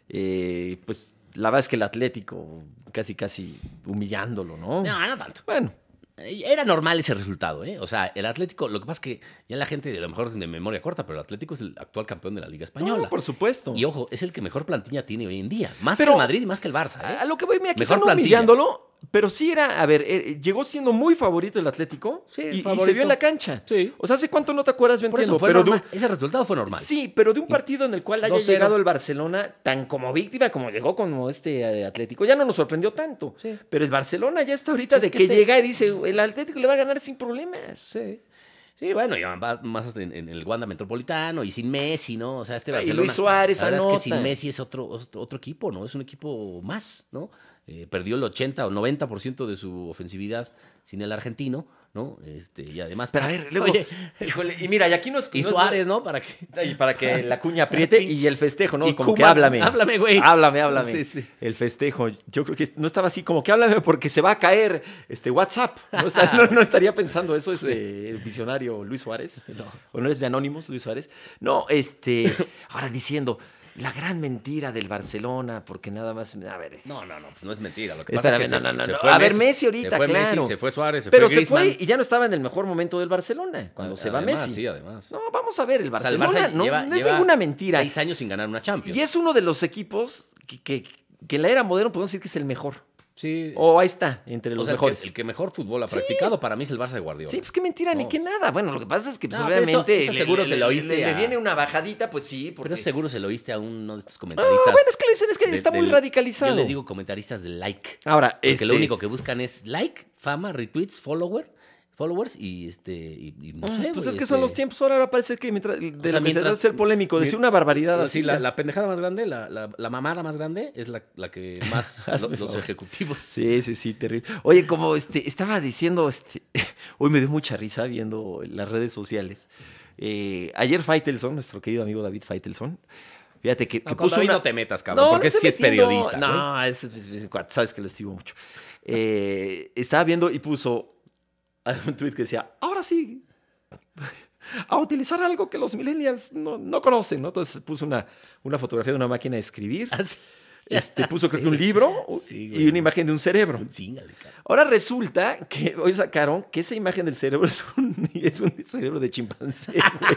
S1: eh, pues la verdad es que el Atlético casi, casi humillándolo, ¿no?
S2: No, no tanto.
S1: Bueno,
S2: Era normal ese resultado, ¿eh? O sea, el Atlético, lo que pasa es que ya la gente a lo mejor es de memoria corta, pero el Atlético es el actual campeón de la Liga Española.
S1: no, por supuesto.
S2: Y ojo, es el que mejor plantilla tiene hoy en día. Más
S1: Pero-
S2: que el Madrid y más que el Barça. ¿eh?
S1: A lo que voy, mira, quizá
S2: Mejor
S1: no
S2: plantilla.
S1: humillándolo, pero sí era, a ver, eh, llegó siendo muy favorito el Atlético
S2: Sí,
S1: y- y, se
S2: favorito.
S1: vio en la cancha.
S2: Sí.
S1: O sea, ¿hace cuánto no te acuerdas? Yo
S2: Por
S1: entiendo,
S2: eso fue
S1: pero de un-
S2: normal. Ese resultado fue normal. Mm.
S1: Sí, pero de un partido en el cual haya
S2: 2-0.
S1: llegado el Barcelona tan como víctima como llegó como este eh, Atlético, ya no nos sorprendió tanto.
S2: Sí.
S1: Pero el Barcelona ya está ahorita
S2: Es
S1: de
S2: que
S1: que,
S2: este-
S1: llega y dice, el Atlético le va a ganar sin problemas.
S2: Sí. Sí, bueno, ya va más en, en el Wanda Metropolitano y sin Messi, ¿no? O sea, este
S1: Ah, Y
S2: Barcelona.
S1: Luis Suárez
S2: La verdad es que sin
S1: anota.
S2: Messi es otro, otro, otro equipo, ¿no? Es un equipo más, ¿no? Eh, perdió el 80 o 90% de su ofensividad sin el argentino, ¿no? Este, y además.
S1: Pero a ver, luego,
S2: Oye,
S1: híjole, y mira, y aquí nos...
S2: y
S1: no-
S2: Suárez, ¿no? Para que.
S1: Y para que la cuña apriete y el festejo, ¿no?
S2: Y
S1: como que
S2: Kuman,
S1: háblame.
S2: háblame, güey.
S1: Háblame, háblame.
S2: Sí, sí.
S1: El festejo. Yo creo que no estaba así como que háblame porque se va a caer este WhatsApp. No, está- no- no estaría pensando eso este el visionario Luis Suárez.
S2: No.
S1: O no es de Anónimos, Luis Suárez. No, este. Ahora diciendo la gran mentira del Barcelona porque nada más. A ver.
S2: No, no, no, pues no es mentira. Lo que
S1: Espérame,
S2: pasa es que
S1: no, no, no, no.
S2: fue
S1: A ver, Messi ahorita,
S2: se fue
S1: claro.
S2: Messi, se fue Suárez, se
S1: Pero
S2: fue
S1: se fue
S2: Griezmann.
S1: y ya no estaba en el mejor momento del Barcelona cuando se va
S2: Además,
S1: Messi.
S2: Sí, además.
S1: No, vamos a ver, el
S2: O sea, el
S1: Barcelona
S2: Barça
S1: no,
S2: lleva-
S1: no es
S2: lleva
S1: ninguna mentira.
S2: Seis años sin ganar una Champions.
S1: Y es uno de los equipos que, que- que en la era moderna podemos decir que es el mejor.
S2: Sí.
S1: O ahí está, entre
S2: O
S1: los
S2: sea, el que-
S1: mejores.
S2: El que, mejor fútbol ha practicado para mí es el Barça de Guardiola.
S1: Sí, pues qué mentira ni
S2: No.
S1: qué nada. Bueno, lo que pasa es que pues,
S2: No, pero eso-
S1: obviamente
S2: eso seguro se lo oíste
S1: le, le
S2: a-
S1: viene una bajadita, pues sí, porque
S2: Pero seguro se lo oíste a uno de estos
S1: Ah,
S2: comentaristas.
S1: bueno, es que le dicen es que
S2: de-
S1: está muy
S2: del-
S1: radicalizado.
S2: Yo les digo comentaristas de like.
S1: Ahora,
S2: Porque
S1: este,
S2: lo único que buscan es like, fama, retweets, follower, followers y este. Y, y no
S1: Ah,
S2: sé,
S1: pues es
S2: güey,
S1: que son
S2: este,
S1: los tiempos. Ahora parece que mientras, de lo que se
S2: mientras-
S1: trata es ser polémico, decir
S2: mi-
S1: una barbaridad así.
S2: Sí, la,
S1: ya.
S2: la pendejada más grande, la, la- la mamada más grande es la, la que más lo-
S1: Hazme
S2: los,
S1: Ah, favor.
S2: ejecutivos.
S1: Sí, sí, sí, terrible. Oye, como este, estaba diciendo, este, hoy me dio mucha risa viendo las redes sociales. Eh, ayer Faitelson, nuestro querido amigo David Faitelson, fíjate que, que
S2: No, con
S1: puso
S2: David
S1: una...
S2: no te metas, cabrón, porque
S1: no
S2: sí es
S1: estoy metiendo.
S2: periodista. güey.
S1: No, es, es- es- cuate, sabes que lo estimo mucho. Eh, estaba viendo y puso un tweet que decía, ahora sí, a utilizar algo que los millennials no, no conocen, ¿no? Entonces puso una, una fotografía de una máquina de escribir.
S2: Así.
S1: Este, puso creo que un
S2: Sí.
S1: libro
S2: Sí,
S1: y
S2: güey.
S1: una imagen de un cerebro.
S2: Chíngale, cabrón.
S1: Ahora resulta que hoy sacaron que esa imagen del cerebro es un, es un cerebro de chimpancé. güey.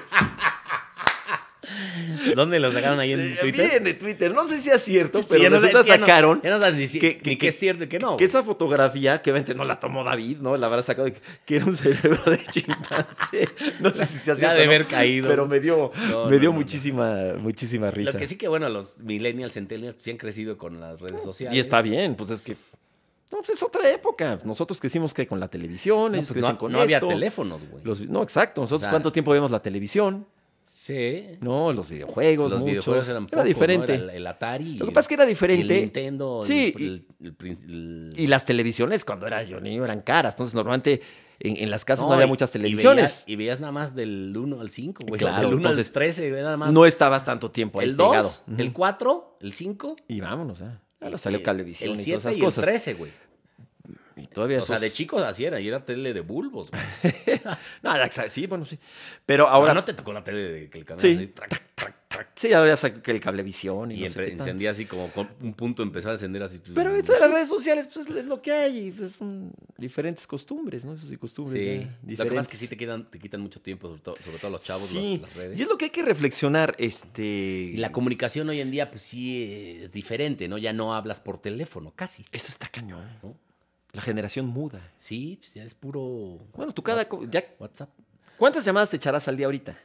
S2: ¿Dónde los sacaron ahí en Twitter?
S1: Bien de Twitter. No sé si es cierto,
S2: Sí,
S1: pero
S2: ya no
S1: resulta
S2: sabes- ya no-
S1: sacaron
S2: Ya no sabes ni, si-
S1: que- que-
S2: ni
S1: que-
S2: qué es cierto y qué no.
S1: que
S2: güey.
S1: esa fotografía, que obviamente no la tomó David, ¿no? La habrá sacado, de que- que era un cerebro de chimpancé. No sé si se
S2: Se ha
S1: hacía
S2: de haber caído.
S1: Pero me dio,
S2: No,
S1: me
S2: no,
S1: dio
S2: no, no.
S1: muchísima, muchísima risa.
S2: Lo que sí que, bueno, los millennials, centennials, pues sí han crecido con las redes sociales.
S1: Ah, y está bien, pues es que. No, pues es otra época. Nosotros crecimos que con la televisión,
S2: No,
S1: ellos
S2: pues,
S1: crecen
S2: no,
S1: con
S2: no había
S1: esto.
S2: teléfonos, güey.
S1: Los- no, exacto. Nosotros,
S2: O sea,
S1: ¿cuánto tiempo vemos la televisión?
S2: Sí.
S1: No, los videojuegos,
S2: los
S1: muchos.
S2: videojuegos eran
S1: Era
S2: pocos, ¿no?
S1: diferente.
S2: Era el, el Atari.
S1: Lo que pasa es que era diferente.
S2: El Nintendo. el-
S1: Sí, y-
S2: El, el prin- el-
S1: Y las televisiones, cuando era yo niño, eran caras. Entonces, normalmente en, en las casas no,
S2: No,
S1: había
S2: y-
S1: muchas
S2: y
S1: televisiones.
S2: veías- Y veías, nada más del 1 al 5, güey.
S1: Claro,
S2: del 1
S1: entonces,
S2: al 13, güey, nada más.
S1: no estabas tanto tiempo ahí
S2: el
S1: pegado.
S2: 2,
S1: Ujú.
S2: el 4, el 5.
S1: Y vámonos, ¿eh? Ya lo salió Cablevisión
S2: El
S1: y todas
S2: 7
S1: esas
S2: y,
S1: cosas.
S2: el 13, güey.
S1: Y todavía
S2: O sea,
S1: esos-
S2: de chicos así era. Y era tele de bulbos, güey.
S1: No, la- sí, bueno, sí. Pero
S2: Ahora
S1: ahora...
S2: no te tocó la tele de que el canal
S1: Sí.
S2: así, trac, trac, trac,
S1: Sí, ahora ya sacó que el Cablevisión y,
S2: y
S1: no sé
S2: empre-
S1: qué tanto.
S2: encendía así como con un punto empezaba a encender así.
S1: Pero esto de las redes sociales, pues es lo que hay. Y pues, son diferentes costumbres, ¿no? Esos y costumbres ya
S2: Sí. Lo que pasa es que
S1: eh, diferentes.
S2: sí te quitan, te quitan mucho tiempo, sobre todo, sobre todo los chavos,
S1: Sí,
S2: las, las redes.
S1: Y es lo que hay que reflexionar, este...
S2: Y la comunicación hoy en día, pues sí es diferente, ¿no? Ya no hablas por teléfono, casi,
S1: Eso está cañón.
S2: ¿no?
S1: La generación muda.
S2: Sí, pues ya es puro
S1: Bueno, tú cada... co- ya-
S2: WhatsApp.
S1: ¿Cuántas llamadas te echarás al día ahorita?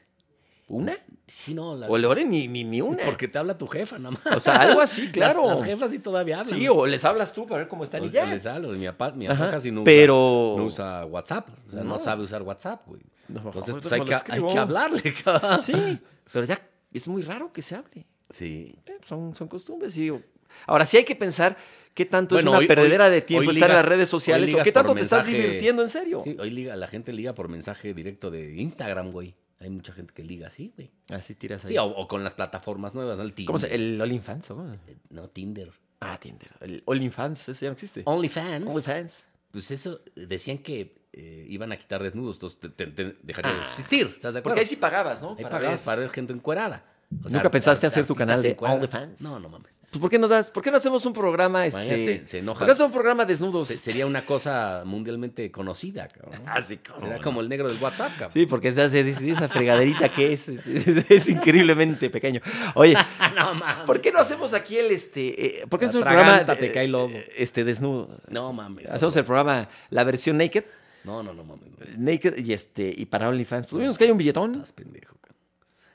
S1: ¿Una?
S2: Sí, no, la-
S1: O le ore ni, ni, ni una.
S2: porque te habla tu jefa, nada más.
S1: O sea, algo así,
S2: Las-
S1: claro.
S2: Las, jefas sí todavía hablan.
S1: sí, o les hablas tú para ver cómo están
S2: O
S1: y
S2: sea,
S1: ya.
S2: les hablo, Mi papá, mi
S1: Ajá,
S2: papá casi no usa,
S1: pero-
S2: no usa WhatsApp. O sea, no,
S1: No.
S2: sabe usar WhatsApp, güey.
S1: No,
S2: Entonces,
S1: entonces
S2: pues hay
S1: me lo
S2: que, hay
S1: escribo.
S2: que hablarle, cabrón.
S1: Sí, pero ya es muy raro que se hable.
S2: Sí.
S1: Eh, Son, son costumbres. Y digo, ahora sí hay que pensar qué tanto
S2: Bueno,
S1: es una
S2: hoy-
S1: perdera de
S2: hoy-
S1: tiempo
S2: hoy
S1: estar en
S2: ligas-
S1: las redes sociales o
S2: hoy ligas
S1: qué tanto
S2: por
S1: te estás
S2: mensaje.
S1: divirtiendo en serio.
S2: Sí, hoy liga, la gente liga por mensaje directo de Instagram, güey. Hay mucha gente que liga así, güey.
S1: Así tiras ahí.
S2: Sí, o, o con las plataformas nuevas, ¿no? El Tinder.
S1: ¿Cómo se El OnlyFans. ¿o cómo?
S2: Eh, No, Tinder.
S1: Ah, Tinder. El OnlyFans, eso ya no existe.
S2: OnlyFans.
S1: OnlyFans.
S2: Pues eso, eh, decían que eh, iban a quitar desnudos, entonces te- te- te dejaría
S1: Ah.
S2: de existir. ¿Estás de acuerdo?
S1: Porque ahí sí pagabas, ¿no?
S2: Ahí
S1: Para
S2: pagabas
S1: ver.
S2: para ver gente encuerada. O
S1: ¿Nunca pensaste
S2: art-
S1: hacer tu canal
S2: artistas
S1: de
S2: encueradas.
S1: OnlyFans?
S2: No, no mames.
S1: Pues, ¿por qué no das? ¿Por qué no hacemos un programa este?
S2: Imagínate, se
S1: ¿Por
S2: enoja.
S1: qué no hacemos un programa desnudos?
S2: Se- sería una cosa mundialmente conocida, cabrón.
S1: Así como.
S2: Será como el negro del WhatsApp, cabrón.
S1: Sí, porque se hace dice, esa fregaderita que es, este, es, increíblemente pequeño. Oye,
S2: Ah, no mames.
S1: ¿por qué no hacemos aquí el este? eh, ¿Por qué no hacemos el programa
S2: Atragántate,
S1: eh,
S2: cae lobo.
S1: este desnudo?
S2: No mames.
S1: Hacemos el programa la versión naked,
S2: No, no, no mames. no.
S1: naked y este y para OnlyFans. Pues vimos que hay un billetón,
S2: Estás pendejo, cabrón.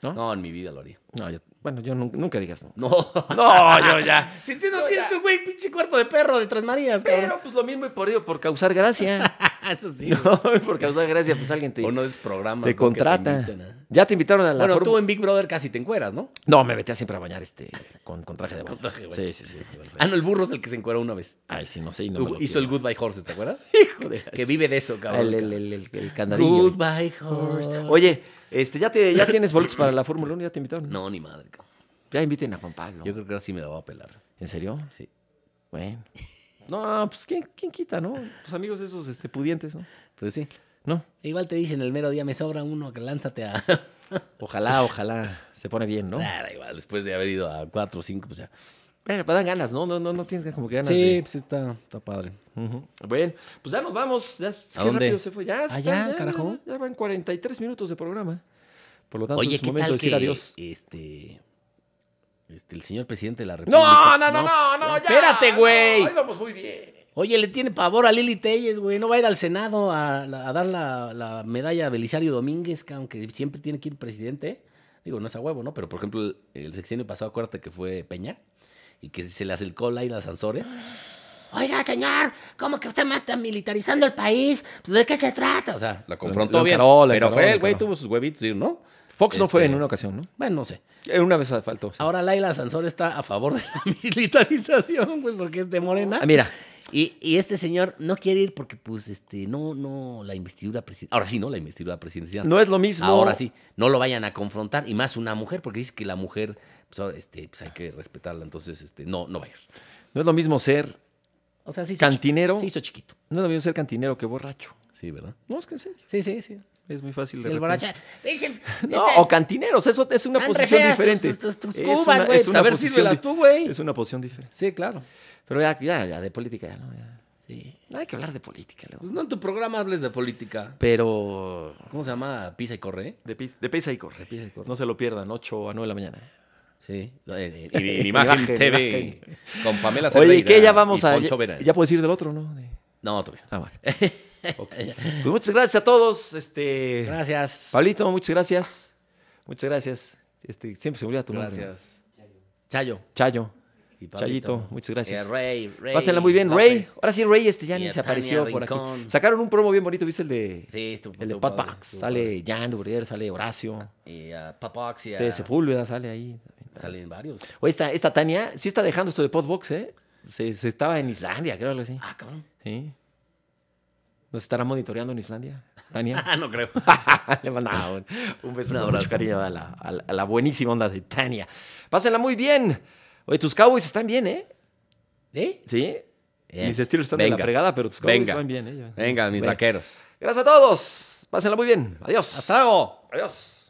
S1: ¿no?
S2: No, en mi vida lo haría.
S1: No, yo- bueno, yo nun- nunca digas no.
S2: No.
S1: No, yo ya.
S2: Si tú no
S1: Yo
S2: tienes
S1: ya.
S2: tu güey, pinche cuerpo de perro de Tres Marías, cabrón. Ah,
S1: Pero pues lo mismo y por ello, por causar gracia.
S2: Eso sí.
S1: No, por causar gracia, pues alguien te,
S2: O no de esos programas.
S1: te
S2: ¿no?
S1: contrata.
S2: Que te invitan a-
S1: Ya te invitaron a la
S2: Bueno,
S1: forma-
S2: tú en Big Brother casi te encueras, ¿no?
S1: No, me metía siempre a bañar este con, con traje de baño.
S2: Con traje de
S1: Sí,
S2: baño.
S1: sí, sí.
S2: Ah, no, el burro es el que se encueró una vez.
S1: Ay, sí, no sé. y No me lo
S2: Hizo el
S1: quiero.
S2: Goodbye Horses, ¿te acuerdas?
S1: Hijo de
S2: que vive de eso, cabrón.
S1: el, el, el, el, el candadillo.
S2: Goodbye Horses.
S1: Oye, este, ya, te, ya tienes boletos para la Fórmula 1, ya te invitaron.
S2: No, ni madre, cabrón.
S1: Ya inviten a Juan Pablo.
S2: Yo creo que ahora sí me la voy a pelar.
S1: ¿En serio?
S2: Sí.
S1: Bueno. No, pues ¿quién, quién quita, ¿no? Tus amigos esos este, pudientes, ¿no?
S2: Pues sí.
S1: No.
S2: Igual te dicen el mero día, me sobra uno, que lánzate a...
S1: Ojalá, ojalá se pone bien, ¿no?
S2: Pues Ah, da igual, después de haber ido a cuatro o cinco, pues ya.
S1: Bueno, pues dan ganas, ¿no? No, no, no tienes como que ganas
S2: Sí,
S1: de-
S2: pues está, está padre.
S1: Ujú. Bueno, pues ya nos vamos. Ya, es-
S2: ¿A
S1: qué
S2: dónde?
S1: rápido se fue. Ya, se
S2: Ah,
S1: está,
S2: ya, carajo.
S1: Ya, ya van 43 minutos de programa. Por lo tanto,
S2: Oye,
S1: es
S2: ¿qué
S1: momento
S2: tal
S1: de decir
S2: que
S1: adiós.
S2: este, este, el señor presidente de la República...
S1: No, no, no, no, no, ya.
S2: Espérate, güey.
S1: No, ahí vamos muy bien.
S2: Oye, le tiene pavor a Lili Telles, güey. No va a ir al Senado a, la- a dar la, la medalla a Belisario Domínguez, que aunque siempre tiene que ir presidente. Digo, no es a huevo, ¿no? Pero, por ejemplo, el, el sexenio pasado, acuérdate que fue Peña y que se le acercó Laila Sansores. oiga, señor, ¿cómo que usted mata militarizando el país? Pues, ¿De qué se trata? O sea, la confrontó
S1: lo
S2: bien.
S1: encaró, la
S2: pero
S1: encaró,
S2: fue
S1: la
S2: el güey,
S1: encaró.
S2: tuvo sus huevitos, sí, ¿no?
S1: Fox no fue
S2: Este,
S1: en una ocasión, ¿no?
S2: Bueno, no sé.
S1: Eh, Una vez faltó. sí.
S2: Ahora Laila Sansor está a favor de la militarización, güey, porque es de Morena.
S1: Ah, mira,
S2: Y, y este señor no quiere ir porque, pues, este, no, no, la investidura presidencial. Ahora sí, no, la investidura presidencial.
S1: no es lo mismo.
S2: Ahora sí, no lo vayan a confrontar. Y más una mujer, porque dice que la mujer, pues, ahora, este, pues hay que respetarla. Entonces, este, no, no va a ir.
S1: No es lo mismo ser.
S2: O sea, sí. hizo
S1: Cantinero.
S2: chi- Se hizo chiquito.
S1: No es lo mismo ser cantinero que borracho.
S2: Sí, ¿verdad?
S1: No, es que en serio.
S2: Sí, sí, sí.
S1: Es muy fácil de
S2: El
S1: reconocer.
S2: borracho. Dice,
S1: No,
S2: este,
S1: o cantineros, eso es una
S2: tan re
S1: posición
S2: feas tus-
S1: diferente.
S2: Tus, tus- tus
S1: Es
S2: cubas,
S1: una-
S2: güey.
S1: es
S2: Pues,
S1: una
S2: a ver,
S1: posición
S2: sírvelas
S1: di-
S2: tú, güey.
S1: Es una posición diferente.
S2: Sí, claro.
S1: Pero ya, ya, ya, de política ya no. ya.
S2: Sí.
S1: No hay que hablar de política luego.
S2: Pues no en tu programa hables de política.
S1: Pero.
S2: ¿Cómo se llama? Pisa y corre.
S1: De, pis- de pesa y corre.
S2: Pisa y corre.
S1: No se lo pierdan, 8 a 9 de la mañana.
S2: Sí. En, en- en imagen
S1: Imagen,
S2: TV.
S1: imagen.
S2: Con Pamela
S1: Oye, ¿y
S2: Cerdeira
S1: qué ya vamos
S2: y
S1: a.?
S2: Poncho
S1: Ya,
S2: Verán.
S1: ya puedes ir del otro, ¿no? De-
S2: No, todavía.
S1: Ah, bueno. Ok. Pues muchas gracias a todos. Este.
S2: Gracias.
S1: Pablito, muchas gracias. Muchas gracias. Este, siempre se me olvida tu nombre. ¿no?
S2: Gracias. Chayo.
S1: Chayo.
S2: Y
S1: Chayito,
S2: Pablito.
S1: muchas gracias.
S2: Eh, Rey, Rey. pues,
S1: Pásenla muy bien,
S2: López.
S1: Rey. Ahora sí, Rey este ya
S2: Y
S1: ni
S2: a
S1: se
S2: Tania
S1: apareció por
S2: Rincón.
S1: aquí. Sacaron un promo bien bonito, ¿viste el de
S2: Sí, estuvo-
S1: el de
S2: estuvo
S1: Pat
S2: padre,
S1: Pax?
S2: estuvo
S1: Sale Jan Durier, sale Horacio,
S2: padre. Y a Pat Pax y a-
S1: este Sepúlveda sale ahí.
S2: Salen varios.
S1: Oye, esta, esta Tania sí está dejando esto de Podbox, ¿eh? Se, se estaba en Islandia, creo algo así.
S2: Ah, cabrón.
S1: Sí. ¿Nos estará monitoreando en Islandia? Tania.
S2: Ah, no creo.
S1: Le mandaba un, un beso,
S2: Un
S1: un
S2: abrazo.
S1: abrazo. cariño a la, a la- a la buenísima onda de Tania. Pásenla muy bien. Oye, tus Cowboys están bien, ¿eh?
S2: ¿Sí?
S1: Sí.
S2: Bien.
S1: Mis estilos están de
S2: Venga.
S1: la fregada, pero tus Cowboys
S2: Venga.
S1: van bien, ¿eh?
S2: Venga, mis
S1: Bueno.
S2: vaqueros.
S1: Gracias a todos. Pásenla muy bien. Adiós.
S2: Hasta luego.
S1: Adiós.